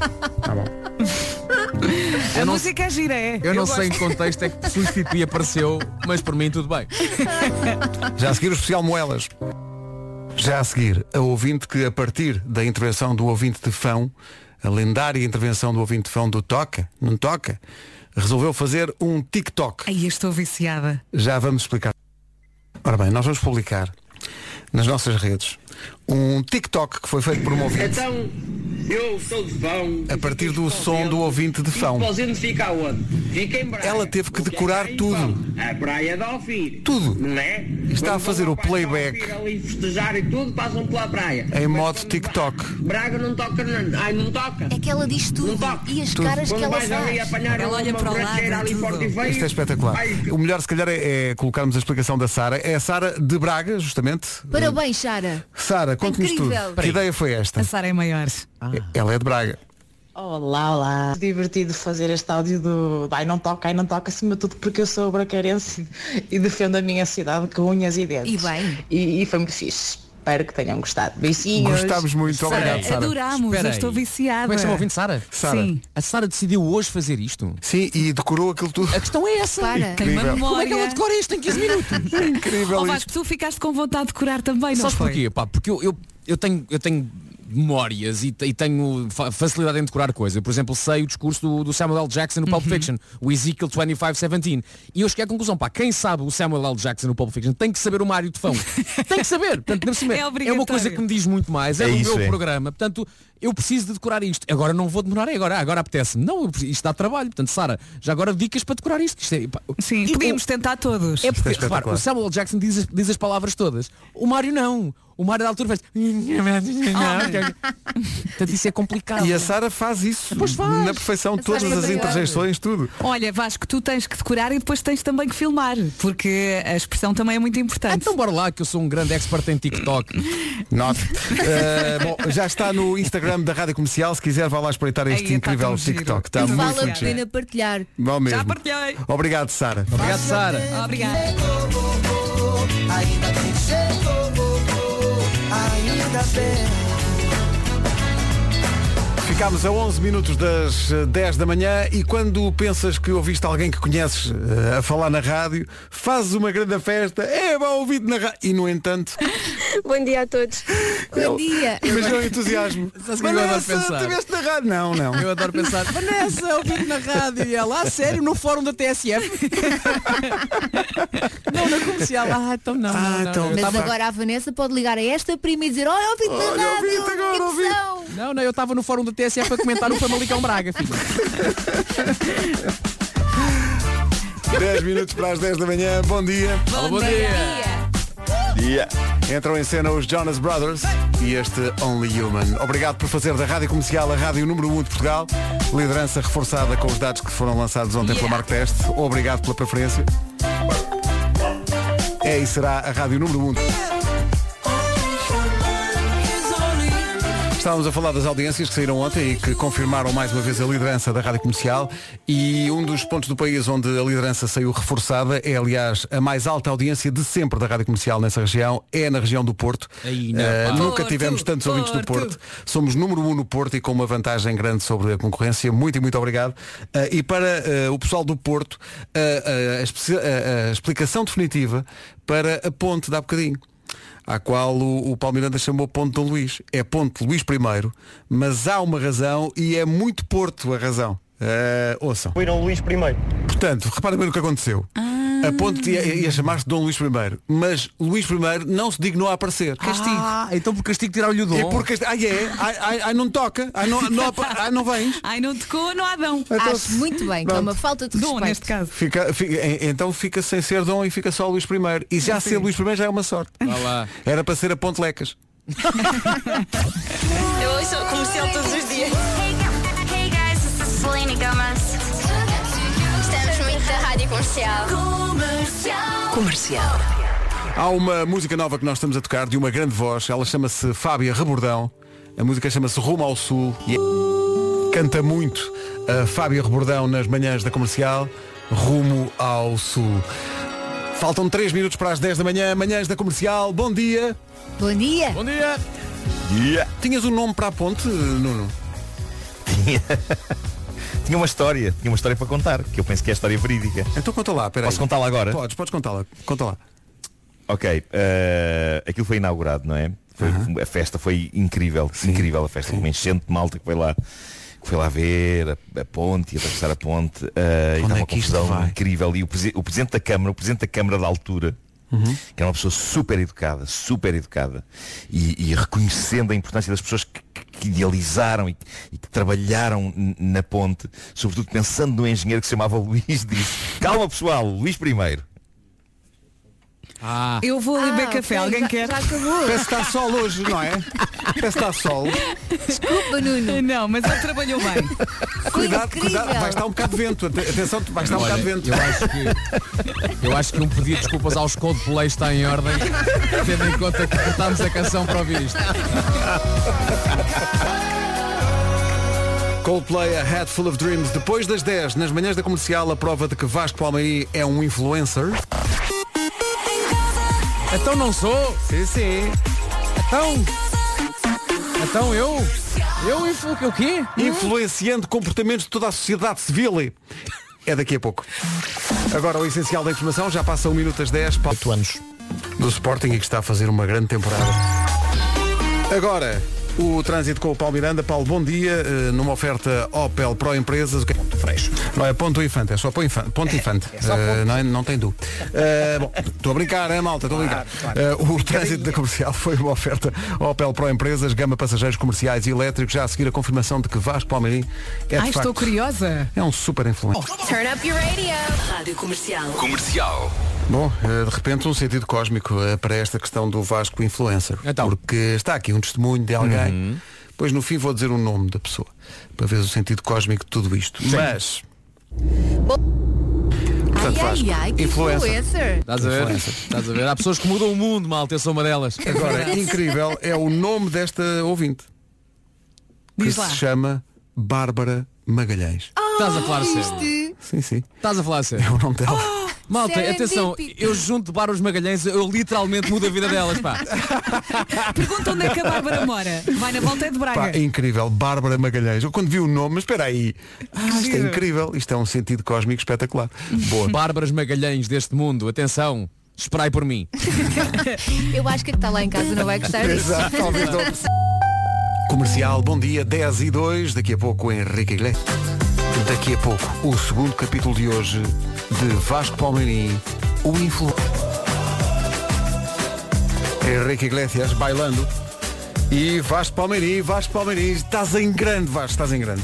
Speaker 4: A música é gira, é.
Speaker 9: Eu não sei em
Speaker 4: gosto.
Speaker 9: que contexto é que Sus Pipi apareceu, mas por mim tudo bem.
Speaker 2: Já a seguir o especial Moelas. Já a seguir, a ouvinte que a partir da intervenção do ouvinte de fão, a lendária intervenção do ouvinte de fão do Toca, não toca, resolveu fazer um TikTok.
Speaker 4: Ai, eu estou viciada.
Speaker 2: Já vamos explicar. Ora bem, nós vamos publicar nas nossas redes um TikTok que foi feito por um ouvinte
Speaker 20: Então, eu sou de vão.
Speaker 2: a partir do som do ouvinte de fão.
Speaker 20: Pozinho fica onde? Fica em Braia. é
Speaker 2: Ela teve que decorar tudo.
Speaker 20: A Praia de Alfir.
Speaker 2: Tudo.
Speaker 20: Não é?
Speaker 2: Está a fazer o playback É.
Speaker 20: Ir ali festejar e tudo, passam pela praia.
Speaker 2: em modo TikTok.
Speaker 20: Braga não toca, não. Ai, não toca.
Speaker 5: É que ela diz tudo e as
Speaker 20: Tudo.
Speaker 5: caras
Speaker 20: Quando
Speaker 5: que ela
Speaker 20: vais ali
Speaker 5: faz.
Speaker 20: apanhar Ela olha uma para o lado, branqueira ali tudo. forte e feia.
Speaker 2: Isto é espetacular.
Speaker 20: Ai,
Speaker 2: O melhor se calhar é, é colocarmos a explicação da Sara. É a Sara de Braga, justamente.
Speaker 5: Parabéns, Sara.
Speaker 2: Sara, conte-nos tudo.
Speaker 5: Incrível.
Speaker 2: Que ideia foi esta?
Speaker 9: Então.
Speaker 4: A Sara é maior.
Speaker 2: Ela é de Braga.
Speaker 21: Olá, olá. Divertido fazer este áudio do Ai não toca, ai não toca, acima de tudo porque eu sou bracarense e defendo a minha cidade com unhas e dentes. E bem. E, foi muito fixe. Espero que tenham gostado. Beijinhos.
Speaker 2: Gostámos muito,
Speaker 4: Sara, Adorámos,
Speaker 9: Espera
Speaker 4: eu estou
Speaker 9: aí.
Speaker 4: viciada.
Speaker 9: Como é que se chama o ouvinte Sara?
Speaker 4: Sara. Sim.
Speaker 9: A Sara decidiu hoje fazer isto.
Speaker 2: Sim, e decorou aquilo tudo.
Speaker 9: A questão é essa.
Speaker 4: Para. Tem uma
Speaker 9: Incrível. Como é que ela
Speaker 4: memória.
Speaker 9: decora isto em 15 minutos?
Speaker 2: Incrível
Speaker 4: oh, Vasco, tu ficaste com vontade de curar também, não
Speaker 9: Sabes
Speaker 4: foi?
Speaker 9: porquê? Pá, porque eu, eu, eu tenho, eu tenho memórias e, te- e tenho fa- facilidade em decorar coisas. Eu, por exemplo, sei o discurso do, do Samuel L. Jackson no
Speaker 4: Uhum.
Speaker 9: Pulp Fiction, o Ezekiel 2517. E eu cheguei à conclusão, pá, quem sabe o Samuel L. Jackson no Pulp Fiction tem que saber o Mário de Fão. tem que saber. Portanto, não se mete. é uma coisa que me diz muito mais. É,
Speaker 11: É
Speaker 9: o
Speaker 11: isso,
Speaker 9: meu
Speaker 11: é.
Speaker 9: programa. Portanto, eu preciso de decorar isto. Agora não vou demorar, é agora, Ah, agora apetece-me. Não, eu preciso- isto dá trabalho. Portanto, Sara, já agora dicas para decorar isto. Isto é, pá,
Speaker 4: Sim, podíamos tentar todos.
Speaker 2: é
Speaker 9: é porque, repara, o Samuel L. Jackson diz as, diz as palavras todas. O Mário não. o Mário da altura faz. Portanto, isso é complicado.
Speaker 2: E a Sara faz isso.
Speaker 9: Pois faz.
Speaker 2: Na perfeição,
Speaker 9: A Sara
Speaker 2: todas
Speaker 9: é
Speaker 2: as
Speaker 9: maravilhosa.
Speaker 2: interjeições, tudo.
Speaker 4: Olha, Vasco, tu tens que decorar e depois tens também que filmar, porque a expressão também é muito importante.
Speaker 9: Então bora lá que eu sou um grande expert em TikTok.
Speaker 2: Not. Eh, bom, já está no Instagram da Rádio Comercial. Se quiser, vá lá espreitar este
Speaker 5: Ei, está
Speaker 2: incrível
Speaker 5: tão giro.
Speaker 2: TikTok.
Speaker 5: E
Speaker 2: Está Tá muito
Speaker 5: vale a
Speaker 2: muito giro.
Speaker 5: pena partilhar.
Speaker 2: Bom mesmo.
Speaker 5: Já partilhei.
Speaker 2: Obrigado, Sara.
Speaker 9: Obrigado, Sara.
Speaker 4: Obrigada.
Speaker 6: Ainda tem chegou, ainda bem.
Speaker 2: Ficámos a 11 minutos das eh, 10 da manhã e quando pensas que ouviste alguém que conheces eh, a falar na rádio, fazes uma grande festa, é bom ouvido na rádio. E no entanto,
Speaker 22: Bom dia a todos.
Speaker 2: Bom dia. Mas é um entusiasmo.
Speaker 9: Sabes o que é que eu adoro
Speaker 2: Vanessa,
Speaker 9: pensar?
Speaker 2: tiveste na rádio. Não, não.
Speaker 9: Eu adoro pensar. Vanessa, ouvindo na rádio e ela, "A sério, no fórum da TSF. não, na comercial. Ah, então não. não, não, não. Eu
Speaker 5: Mas
Speaker 9: tava-
Speaker 5: agora a Vanessa pode ligar a esta prima e dizer, olha, ouvi-te na
Speaker 9: Olha,
Speaker 5: rádio,
Speaker 9: ouvi-te agora,
Speaker 5: que
Speaker 9: ouvi-te."
Speaker 5: emoção."
Speaker 9: Não, não, eu estava no fórum da TSF a comentar o Famalicão Braga, filho.
Speaker 2: 10 minutos para as 10 da manhã. Bom dia.
Speaker 9: Bom Bom dia.
Speaker 2: dia. Entram em cena os Jonas Brothers e este Only Human. Obrigado por fazer da Rádio Comercial a Rádio Número 1 de Portugal. Liderança reforçada com os dados que foram lançados ontem pela Marco Teste. Obrigado pela preferência. É e será a Rádio Número 1. Estávamos a falar das audiências que saíram ontem e que confirmaram mais uma vez a liderança da Rádio Comercial e um dos pontos do país onde a liderança saiu reforçada é, aliás, a mais alta audiência de sempre da Rádio Comercial nessa região, é na região do Porto. Eh,
Speaker 9: pá.
Speaker 2: nunca
Speaker 9: Porto,
Speaker 2: tivemos tantos ouvintes do
Speaker 9: Porto.
Speaker 2: Porto. Somos número um no Porto e com uma vantagem grande sobre a concorrência. Muito e muito obrigado. Eh, e para eh, o pessoal do Porto, eh, eh, a especi- eh, a explicação definitiva para a ponte de há bocadinho. À qual o, o Paulo Miranda chamou Ponte Dom Luís. É Ponte Luís I, mas há uma razão e é muito Porto a razão. Eh, ouçam.
Speaker 23: Viram Luís I.
Speaker 2: Portanto, reparem bem no que aconteceu. A ponte ia, ia chamar-se Dom Luís I, mas Luís I não se dignou a aparecer. Castigo.
Speaker 9: Ah, então por castigo tiraram-lhe o dom.
Speaker 2: É por castigo. Ai é, ai, ai, ai, não toca, ai não, não, apa- ai não vens.
Speaker 4: Ai, não tocou, não há dão.
Speaker 2: Então
Speaker 5: Acho muito bem, que é uma falta de respeito. neste
Speaker 4: caso.
Speaker 2: Fica, fica- en- então fica sem ser Dom e fica só Luís I. E já ser Luís I já é uma sorte. Era para ser a Ponte Lecas.
Speaker 24: Eu ouço o comercial todos os dias.
Speaker 22: Estamos muito da rádio comercial.
Speaker 7: Comercial.
Speaker 2: Há uma música nova que nós estamos a tocar de uma grande voz. Ela chama-se Fábia Rebordão. A música chama-se Rumo ao Sul. E canta muito a Fábia Rebordão nas manhãs da comercial. Rumo ao Sul. Faltam 3 minutos para as 10 da manhã. Manhãs da comercial. Bom dia.
Speaker 5: Bom dia.
Speaker 9: Bom dia.
Speaker 2: Tinhas um nome para a ponte, Nuno?
Speaker 11: Tinha... tinha uma história, tinha uma história para contar, que eu penso que é a história verídica.
Speaker 2: Então conta lá, peraí.
Speaker 11: Posso contá-la agora?
Speaker 2: Podes, podes contá-la. Conta lá.
Speaker 11: Ok, eh, aquilo foi inaugurado, não é? Foi- A festa foi incrível, incrível a festa, uma enchente de malta que foi lá, que foi lá ver a, a ponte e atravessar a ponte. eh, e está uma confusão incrível. E o, presi- o presidente da Câmara, o presidente da Câmara da altura, que era uma pessoa super educada, super educada, e, e reconhecendo a importância das pessoas que, que- que idealizaram e, e que trabalharam n- na ponte, sobretudo pensando no engenheiro que se chamava Luís, disse, calma pessoal, Luís primeiro.
Speaker 9: Ah.
Speaker 4: Eu vou ali beber café, alguém quer? Já acabou.
Speaker 2: Parece que está sol hoje, não é? Parece que está sol.
Speaker 4: Desculpa, Nuno. Não, mas ele trabalhou
Speaker 2: É
Speaker 4: bem.
Speaker 2: Cuidado, cuidado, vai estar um bocado de vento. Ate- Atenção, vai estar um
Speaker 9: Olha,
Speaker 2: bocado de vento.
Speaker 9: eu acho que- Eu acho que um pedido de desculpas aos Coldplay está em ordem, tendo em conta que cortámos a canção para ouvir isto.
Speaker 2: Coldplay, A Head Full of Dreams. Depois das 10, nas manhãs da comercial, a prova de que Vasco Palmeirim é um influencer.
Speaker 9: Então não sou?
Speaker 2: Sim, sim.
Speaker 9: Então. Então eu. Eu influ... o quê?
Speaker 2: Influenciando comportamentos de toda a sociedade civil. É daqui a pouco. Agora o essencial da informação, já passa 1 minuto às 10. 8
Speaker 1: anos.
Speaker 2: Do Sporting e que está a fazer uma grande temporada. Agora, o trânsito com o Paulo Miranda. Paulo, bom dia. eh, Numa oferta Opel Pro Empresas. o que- 6. Não é ponto infante, é só ponto infante. Ponto infante. Eh, não, é- não tem du. Eh, bom, estou a brincar, é malta, estou a brincar. Eh, o trânsito da comercial foi uma oferta Opel Pro Empresas, gama passageiros comerciais e elétricos, já a seguir a confirmação de que Vasco Palmeirim é de
Speaker 4: Ai, estou
Speaker 2: facto,
Speaker 4: curiosa.
Speaker 2: É um super influente.
Speaker 22: Turn up your radio.
Speaker 7: Rádio Comercial.
Speaker 15: Comercial.
Speaker 2: Bom, eh, de repente um sentido cósmico eh, para esta questão do Vasco influencer. Porque está aqui um testemunho de alguém. Pois no fim vou dizer o nome da pessoa, para ver o sentido cósmico de tudo isto. Mas. Portanto,
Speaker 5: ai,
Speaker 2: Vasco,
Speaker 5: ai, ai, que
Speaker 2: influencer.
Speaker 5: influencer.
Speaker 9: Estás a ver?
Speaker 2: Influencer.
Speaker 9: Estás a ver? Há pessoas que mudam o mundo, malta, eu sou uma delas.
Speaker 2: Agora, incrível é o nome desta ouvinte. Que
Speaker 9: Diz lá. Ah.
Speaker 2: se chama Bárbara Magalhães.
Speaker 9: Estás a falar sério.
Speaker 2: Sim, sim.
Speaker 9: Estás a falar sério. É
Speaker 2: o nome dela.
Speaker 9: Malta,
Speaker 5: Serendipity.
Speaker 9: atenção, eu junto Bárbara Magalhães, eu literalmente mudo a vida delas, pá.
Speaker 4: Pergunta onde é que a Bárbara mora. Vai na volta é de Braga.
Speaker 2: Pá, é incrível, Bárbara Magalhães. Eu quando vi o nome, mas espera aí. Ah, isto é
Speaker 9: giro.
Speaker 2: incrível, isto é um sentido cósmico espetacular. Boa.
Speaker 9: Bárbaras Magalhães deste mundo, atenção, esperai por mim.
Speaker 5: Eu acho que a que está lá em casa não vai gostar disso.
Speaker 2: Exato, talvez não. Comercial, bom dia, 10 e 2, daqui a pouco Henrique Iglesias. Daqui a pouco o segundo capítulo de hoje de Vasco Palmeirim, o Influ. Henrique Iglesias bailando. E Vasco Palmeirim, Vasco Palmeirim, estás em grande, Vasco, estás em grande.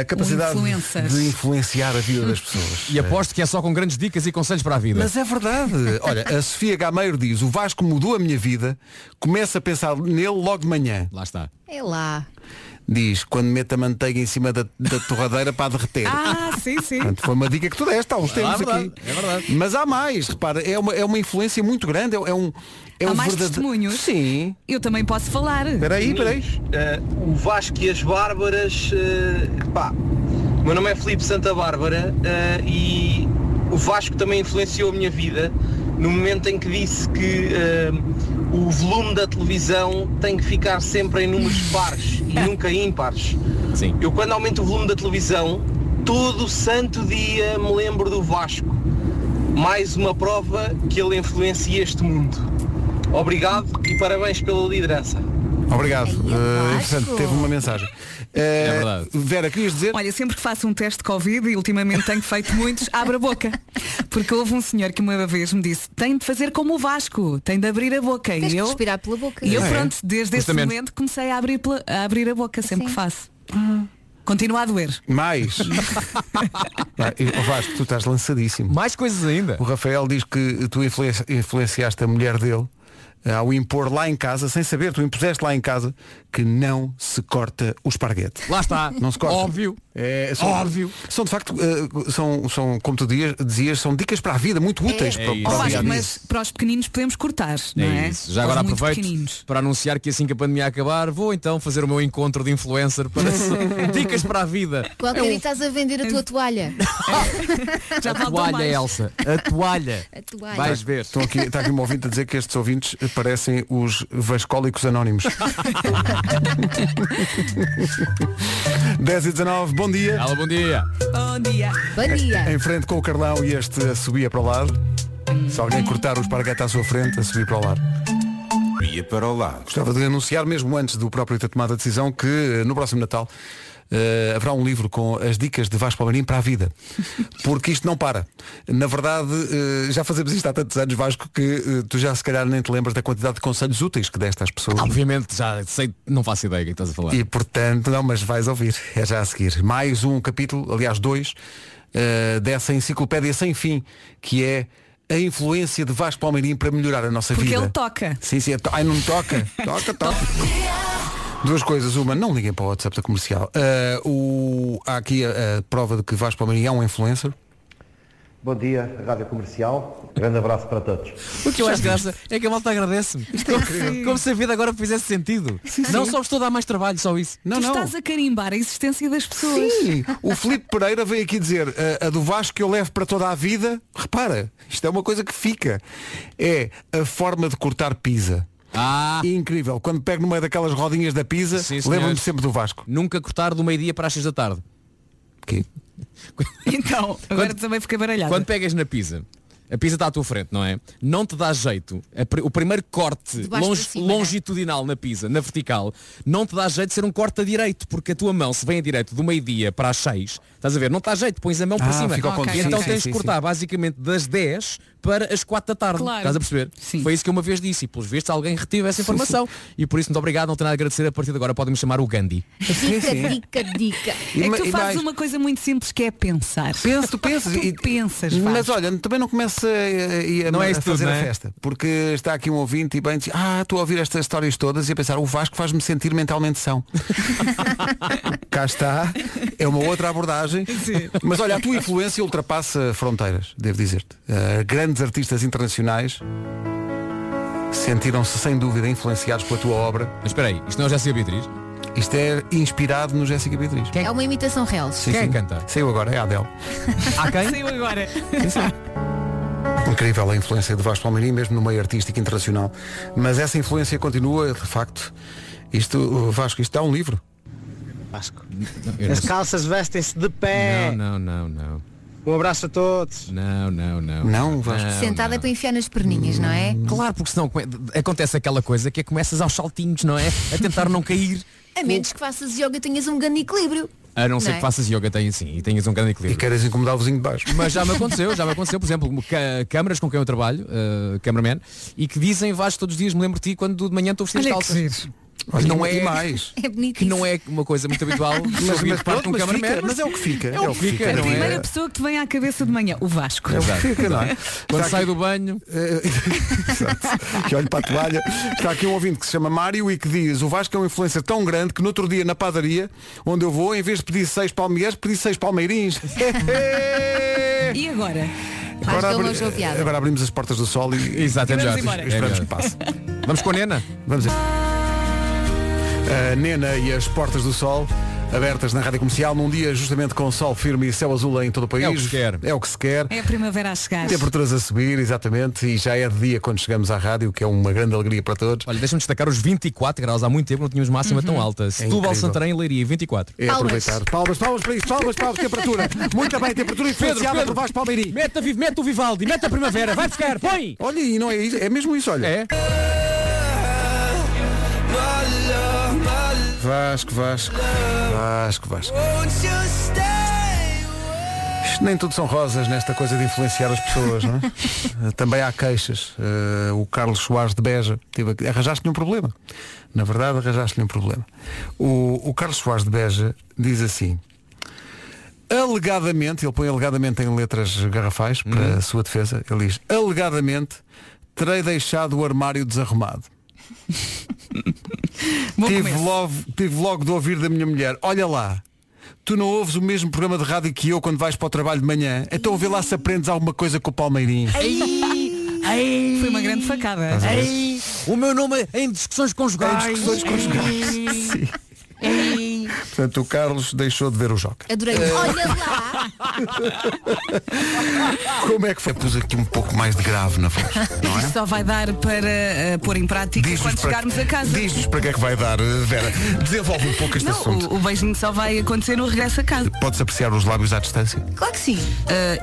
Speaker 2: A capacidade
Speaker 9: influencer.
Speaker 2: de influenciar a vida das pessoas.
Speaker 9: E aposto que é só com grandes dicas e conselhos para a vida.
Speaker 2: Mas é verdade. Olha, a Sofia Gameiro diz, o Vasco mudou a minha vida, começa a pensar nele logo de manhã.
Speaker 9: Lá está.
Speaker 5: É lá.
Speaker 2: Diz, quando meto a manteiga em cima da, da torradeira para derreter.
Speaker 4: Ah, sim, sim.
Speaker 2: Portanto, foi uma dica que tu deste há uns
Speaker 4: Ah,
Speaker 2: tempos
Speaker 4: é verdade,
Speaker 2: aqui. Mas há mais, repara, é uma, é uma influência muito grande, é, é um. É
Speaker 4: Há
Speaker 2: um
Speaker 4: mais
Speaker 2: verdade-
Speaker 4: testemunhos?
Speaker 2: Sim.
Speaker 4: Eu também posso falar.
Speaker 2: Peraí, peraí.
Speaker 10: Eh, o Vasco e as Bárbaras, eh, pá, o meu nome é Filipe Santa Bárbara eh, e o Vasco também influenciou a minha vida no momento em que disse que eh, o volume da televisão tem que ficar sempre em números pares e nunca ímpares.
Speaker 9: Sim.
Speaker 10: Eu quando aumento o volume da televisão, todo santo dia me lembro do Vasco. Mais uma prova que ele influencia este mundo. Obrigado e parabéns pela liderança.
Speaker 2: Obrigado.
Speaker 4: é
Speaker 2: Eh, interessante, teve uma mensagem. é verdade. Vera, querias dizer?
Speaker 4: Olha, sempre que faço um teste de Covid, e ultimamente tenho feito muitos, abro a boca. Porque houve um senhor que uma vez me disse, tem de fazer como o Vasco, tem de abrir a boca.
Speaker 5: Tens que
Speaker 4: e eu,
Speaker 5: respirar pela boca.
Speaker 4: e eu
Speaker 5: Ah, é?
Speaker 4: pronto, desde esse
Speaker 2: Justamente.
Speaker 4: momento comecei a abrir, pela- a, abrir a boca sempre que faço. Continua a doer.
Speaker 2: Mais. Vai, e, ó Vasco, tu estás lançadíssimo.
Speaker 9: Mais coisas ainda.
Speaker 2: O Rafael diz que tu influenci- influenciaste a mulher dele eh, ao impor lá em casa, sem saber, tu impuseste lá em casa que não se corta o esparguete.
Speaker 9: Lá está.
Speaker 2: Não se corta.
Speaker 9: Óbvio.
Speaker 2: É, são,
Speaker 9: Óbvio.
Speaker 2: São de facto, eh, são, são, como tu dias- dizias, são dicas para a vida, muito úteis para,
Speaker 4: Ó
Speaker 2: para o
Speaker 4: Vasco,
Speaker 2: dia a dia.
Speaker 4: mas para os pequeninos podemos cortar, não é?
Speaker 9: É isso. Já
Speaker 4: Aos
Speaker 9: agora
Speaker 4: muito
Speaker 9: aproveito para anunciar que assim que a pandemia acabar, vou então fazer o meu encontro de influencer para dicas para a vida.
Speaker 5: Qualquer dia estás a vender a tua toalha.
Speaker 9: a toalha, Elsa. A toalha.
Speaker 5: A toalha.
Speaker 9: Vais ver.
Speaker 2: Estão aqui, está aqui um ouvinte a dizer que estes ouvintes parecem os vascólicos anónimos. 10 e 19, bom dia.
Speaker 9: Alô, bom dia.
Speaker 4: Bom dia.
Speaker 5: Bom dia.
Speaker 2: Em frente com o Carlão e este a subia para o lado. Se alguém cortar o esparguete à sua frente, a subir para o lado.
Speaker 15: Ia para o lado.
Speaker 2: Gostava de anunciar, mesmo antes do próprio ter tomado a decisão, que eh, no próximo Natal eh, haverá um livro com as dicas de Vasco Palmeirim para a vida. Porque isto não para. Na verdade, eh, já fazemos isto há tantos anos, Vasco, que eh, tu já se calhar nem te lembras da quantidade de conselhos úteis que deste às pessoas.
Speaker 9: Obviamente já sei, não faço ideia do que estás a falar.
Speaker 2: E portanto, não, mas vais ouvir. É já a seguir. Mais um capítulo, aliás dois, eh, dessa enciclopédia sem fim, que é a influência de Vasco Palmeirim para melhorar a nossa
Speaker 4: Porque
Speaker 2: vida.
Speaker 4: ele toca.
Speaker 2: Sim, sim. é to- Ai, não me toca. toca, toca. Duas coisas. Uma, não liguem para o WhatsApp da comercial. Eh, o, há aqui a, a prova de que Vasco Palmeirim é um influencer.
Speaker 12: Bom dia, Rádio Comercial. Grande abraço para todos.
Speaker 9: O que eu acho graça é que a malta agradece-me. Como, como se a vida agora fizesse sentido. Não só estou a dar mais trabalho, só isso.
Speaker 4: tu estás a carimbar a existência das pessoas.
Speaker 2: Sim, o Filipe Pereira veio aqui dizer eh, "A- a do Vasco que eu levo para toda a vida. Repara, isto é uma coisa que fica. É a forma de cortar pizza.
Speaker 9: Ah.
Speaker 2: é Incrível. Quando pego no meio daquelas rodinhas da pizza,
Speaker 9: Sim, senhor.
Speaker 2: lembro-me sempre do Vasco.
Speaker 9: Nunca cortar do meio-dia para as seis da tarde.
Speaker 2: Quê?
Speaker 4: Então, agora também fica baralhado.
Speaker 9: Quando pegas na pizza, a pizza está à tua frente, não é? Não te dá jeito. A pri- o primeiro corte
Speaker 5: De baixo
Speaker 9: longe-
Speaker 5: para cima, é?
Speaker 9: longitudinal na pizza, na vertical, não te dá jeito de ser um corte a direito, porque a tua mão, se vem a direito do meio-dia para as seis, estás a ver, não te dá jeito, pões a mão para
Speaker 2: Ah,
Speaker 9: cima.
Speaker 2: fica ao ponto.
Speaker 9: E
Speaker 2: Sim,
Speaker 9: então
Speaker 2: sim,
Speaker 9: tens
Speaker 2: sim,
Speaker 9: de cortar basicamente das 10 para as 4 da tarde.
Speaker 2: Claro.
Speaker 9: Estás a perceber? Foi isso que eu uma vez disse e pelos vistos alguém reteve essa informação. E por isso muito obrigado, não tenho nada a agradecer. A partir de agora podem-me chamar o Gandhi.
Speaker 2: É,
Speaker 4: Dica, dica, dica.
Speaker 9: E
Speaker 4: É
Speaker 9: ma-
Speaker 4: que tu
Speaker 9: e
Speaker 4: fazes
Speaker 9: mais?
Speaker 4: uma coisa muito simples que é pensar. Pensa, tu pensas. tu pensas, faz.
Speaker 2: Mas olha, também não começa eh, a, a-
Speaker 4: Não é
Speaker 2: a
Speaker 4: isso tudo,
Speaker 2: fazer
Speaker 4: não
Speaker 2: a
Speaker 4: é?
Speaker 2: festa. Porque está aqui um ouvinte e bem diz, ah, estou a ouvir estas histórias todas e a pensar, o Vasco faz-me sentir mentalmente são. Cá está, é uma outra abordagem. Mas olha, a tua influência ultrapassa fronteiras, devo dizer-te. Ah, grandes artistas internacionais sentiram-se sem dúvida influenciados pela tua obra.
Speaker 9: Mas espera aí, isto não é o Jéssica Beatriz?
Speaker 2: Isto é inspirado no Jéssica Beatriz.
Speaker 5: É uma imitação real.
Speaker 2: Sim, sim. Saiu agora, é a Adele.
Speaker 9: Há quem?
Speaker 4: Saiu agora.
Speaker 2: Incrível a influência de Vasco Palmeirim, mesmo no meio artístico internacional. Mas essa influência continua, de facto. Isto, o Vasco, isto dá um livro.
Speaker 8: Vasco.
Speaker 9: eu não
Speaker 8: As
Speaker 9: sei.
Speaker 8: calças vestem-se de
Speaker 5: É.
Speaker 8: pé.
Speaker 9: Não, não, não, não.
Speaker 8: Um abraço a todos.
Speaker 9: Não, não, não.
Speaker 2: Não, Hum.
Speaker 5: Sentada é para enfiar nas perninhas, não é?
Speaker 9: Claro, porque senão come- acontece aquela coisa que é que começas aos saltinhos, não é? A tentar não cair.
Speaker 5: A menos que faças yoga e tenhas um grande equilíbrio.
Speaker 9: A não ser
Speaker 5: Não é?
Speaker 9: que faças yoga tenhas, sim, e tenhas um grande equilíbrio. E
Speaker 2: queres incomodar o vizinho de baixo.
Speaker 9: Mas já me aconteceu, já me aconteceu, por exemplo, ca- câmaras com quem eu trabalho, uh, cameraman, e que dizem Vasco todos os dias, me lembro de ti quando de manhã estou vestido de
Speaker 2: Olha que
Speaker 9: calças.
Speaker 2: Olha, e um mais.
Speaker 5: É bonito.
Speaker 9: Que não é uma coisa muito habitual de
Speaker 2: Mas-
Speaker 9: ouvir
Speaker 2: mas
Speaker 9: de parte de um
Speaker 2: pronto, mas
Speaker 9: cameraman.
Speaker 2: fica, mas é o que fica,
Speaker 9: É o que fica,
Speaker 4: a
Speaker 9: não
Speaker 4: primeira
Speaker 9: é?
Speaker 4: pessoa que te vem à cabeça de manhã, o Vasco.
Speaker 2: É o que fica, não é?
Speaker 9: Quando
Speaker 2: Está
Speaker 9: sai
Speaker 2: aqui-
Speaker 9: do banho.
Speaker 2: É. que olho para a toalha. Está aqui um ouvinte que se chama Mário e que diz o Vasco é uma influência tão grande que no outro dia na padaria, onde eu vou, em vez de pedir seis palmeiras, pedi seis palmeirins.
Speaker 4: E agora?
Speaker 2: Agora,
Speaker 4: Vasco, ele
Speaker 2: abri-
Speaker 4: não achou piada.
Speaker 2: agora abrimos as portas do sol e
Speaker 9: Exato, é
Speaker 4: E vamos
Speaker 9: melhor.
Speaker 4: embora.
Speaker 9: É
Speaker 2: esperamos
Speaker 9: melhor.
Speaker 2: que passe.
Speaker 9: Vamos com a Nena?
Speaker 2: Vamos aí. A Nena e as Portas do Sol, abertas na Rádio Comercial, num dia justamente com sol firme e céu azul em todo o país.
Speaker 9: É o que se quer.
Speaker 2: É o que se quer.
Speaker 4: É a primavera a chegar.
Speaker 2: Temperaturas a subir, exatamente, e já é de dia quando chegamos à rádio, que é uma grande alegria para todos.
Speaker 9: Olha, deixa-me destacar os 24 graus. Há muito tempo não tínhamos máxima tão
Speaker 2: Uhum.
Speaker 9: alta.
Speaker 2: É
Speaker 9: Setúbal,
Speaker 2: incrível.
Speaker 9: Santarém e Leiria, 24.
Speaker 2: É aproveitar. Palmas, palmas para isso, palmas, palmas, temperatura. Muito bem, temperatura influenciada por Vasco Palmeiri.
Speaker 9: Mete, a vi- mete o Vivaldi, mete a primavera, vai buscar, põe!
Speaker 2: Olha, e não é isso, é mesmo isso, olha. É. Vasco, Vasco, Vasco, Vasco. Isto nem tudo são rosas nesta coisa de influenciar as pessoas, não é? Eh, Também há queixas. Eh, o Carlos Soares de Beja, tive aqui- arranjaste-lhe um problema. Na verdade, arranjaste-lhe um problema. O, o Carlos Soares de Beja diz assim, alegadamente, ele põe alegadamente em letras garrafais para a sua defesa, ele diz, alegadamente terei deixado o armário desarrumado. tive, logo, tive logo de ouvir da minha mulher, olha lá, tu não ouves o mesmo programa de rádio que eu quando vais para o trabalho de manhã, então vê lá se aprendes alguma coisa com o Palmeirinho.
Speaker 4: Foi uma grande facada.
Speaker 2: Estás a ver?
Speaker 9: o meu nome é em discussões conjugais.
Speaker 2: Em discussões conjugais. Sim. Portanto, o Carlos deixou de ver o Joca.
Speaker 5: Adorei. Olha lá.
Speaker 2: Como é que foi? Pus aqui um pouco mais de grave na voz. é?
Speaker 4: Isto só vai dar para eh, pôr em prática
Speaker 2: para-
Speaker 4: quando chegarmos a casa.
Speaker 2: Diz-nos para que é que vai dar, eh, Vera. Desenvolve um pouco este
Speaker 4: Não,
Speaker 2: assunto.
Speaker 4: o, o beijinho só vai acontecer no regresso a casa.
Speaker 2: Podes apreciar os lábios à distância?
Speaker 4: Claro que sim.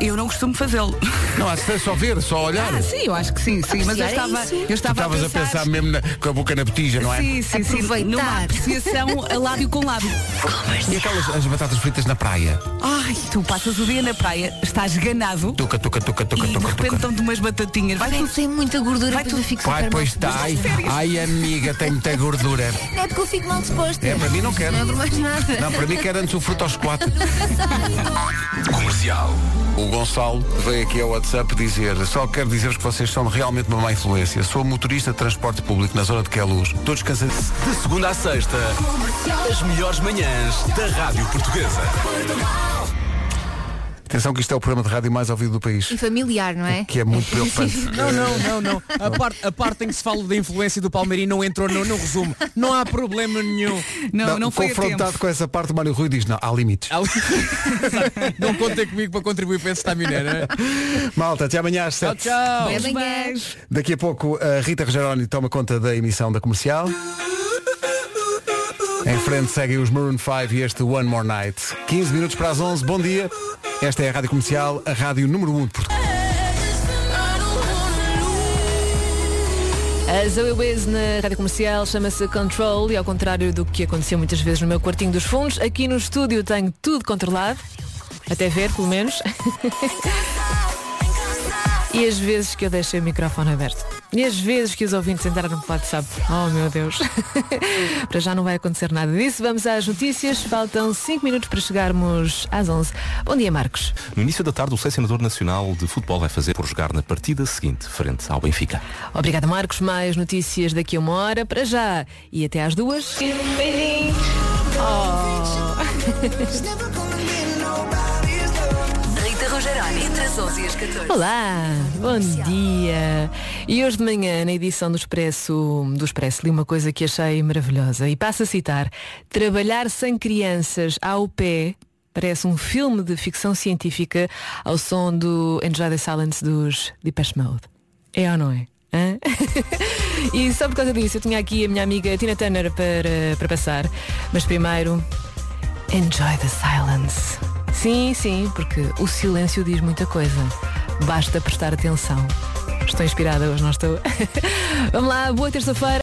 Speaker 4: eu não costumo fazê-lo.
Speaker 2: Não, à distância só ver, só olhar.
Speaker 4: Ah, sim, eu acho que sim, sim. Mas eu
Speaker 5: Apreciar é
Speaker 4: estava,
Speaker 5: isso.
Speaker 4: eu estava
Speaker 2: Estavas a pensar, mesmo na- com a boca na botija, não é?
Speaker 4: Sim, sim, sim. Numa apreciação a lábio com lábio.
Speaker 2: E aquelas as batatas fritas na praia?
Speaker 4: Ai, tu passas o dia na praia, estás ganado
Speaker 2: Tuca, tuca, tuca, tuca,
Speaker 4: e de
Speaker 2: tuca,
Speaker 4: repente
Speaker 2: tuca.
Speaker 4: dão-te umas batatinhas. Vai tudo
Speaker 5: sem muita gordura,
Speaker 4: vai tudo
Speaker 5: fico
Speaker 2: Pai, pois está. Ai, ai, amiga, tem muita gordura.
Speaker 5: Não é porque eu fico mal disposta.
Speaker 2: É, para mim não quero.
Speaker 5: Não é por mais nada.
Speaker 2: Não, para mim quer antes o fruto aos quatro. Comercial. O Gonçalo veio aqui ao WhatsApp dizer Só quero dizer-vos que vocês são realmente uma má influência Sou motorista de transporte público na zona de Queluz Todos cansados
Speaker 18: De segunda à sexta, as melhores manhãs da Rádio Portuguesa.
Speaker 2: Atenção que isto é o programa de rádio mais ouvido do país
Speaker 5: E familiar, não é?
Speaker 2: Que é muito preocupante
Speaker 9: Não, não, não, não. A parte, a parte em que se fala da influência do Palmeirinho não entrou no, no resumo. Não há problema nenhum.
Speaker 2: Confrontado com essa parte, o Mário Rui diz Não, há limites
Speaker 9: Não contem comigo para contribuir para esse estaminé, não é?
Speaker 2: Malta, até amanhã às
Speaker 9: Tchau,
Speaker 2: sete
Speaker 9: tchau.
Speaker 4: Beijos,
Speaker 2: Daqui a pouco a Rita Rogeroni toma conta da emissão da comercial. Em frente seguem os Maroon 5 e este One More Night. 15 minutos para as 11, bom dia. Esta é a Rádio Comercial, a rádio número 1 de Portugal.
Speaker 13: A Zoe Wiz na rádio comercial chama-se Control e ao contrário do que aconteceu muitas vezes no meu quartinho dos fundos, aqui no estúdio tenho tudo controlado. Até ver, pelo menos. E as vezes que eu deixei o microfone aberto. E as vezes que os ouvintes entraram no WhatsApp. Oh meu Deus. para já não vai acontecer nada disso. Vamos às notícias. Faltam 5 minutos para chegarmos às 11. Bom dia, Marcos.
Speaker 14: No início da tarde, o selecionador nacional de futebol vai fazer por jogar na partida seguinte, frente ao Benfica.
Speaker 13: Obrigada, Marcos. Mais notícias daqui a uma hora. Para já. E até às duas. Oh.
Speaker 7: Rita Rogeroni, entre as 11 e as 14.
Speaker 13: Olá, bom dia. E hoje de manhã, na edição do Expresso, do Expresso, li uma coisa que achei maravilhosa e passo a citar. Trabalhar sem crianças ao pé parece um filme de ficção científica ao som do Enjoy the Silence dos Depeche Mode. É ou não é? Hã? e só por causa disso, eu tinha aqui a minha amiga Tina Turner para, para passar. Mas primeiro, Enjoy the Silence. Sim, sim, porque o silêncio diz muita coisa. Basta prestar atenção. Estou inspirada hoje, não estou? Vamos lá, boa terça-feira.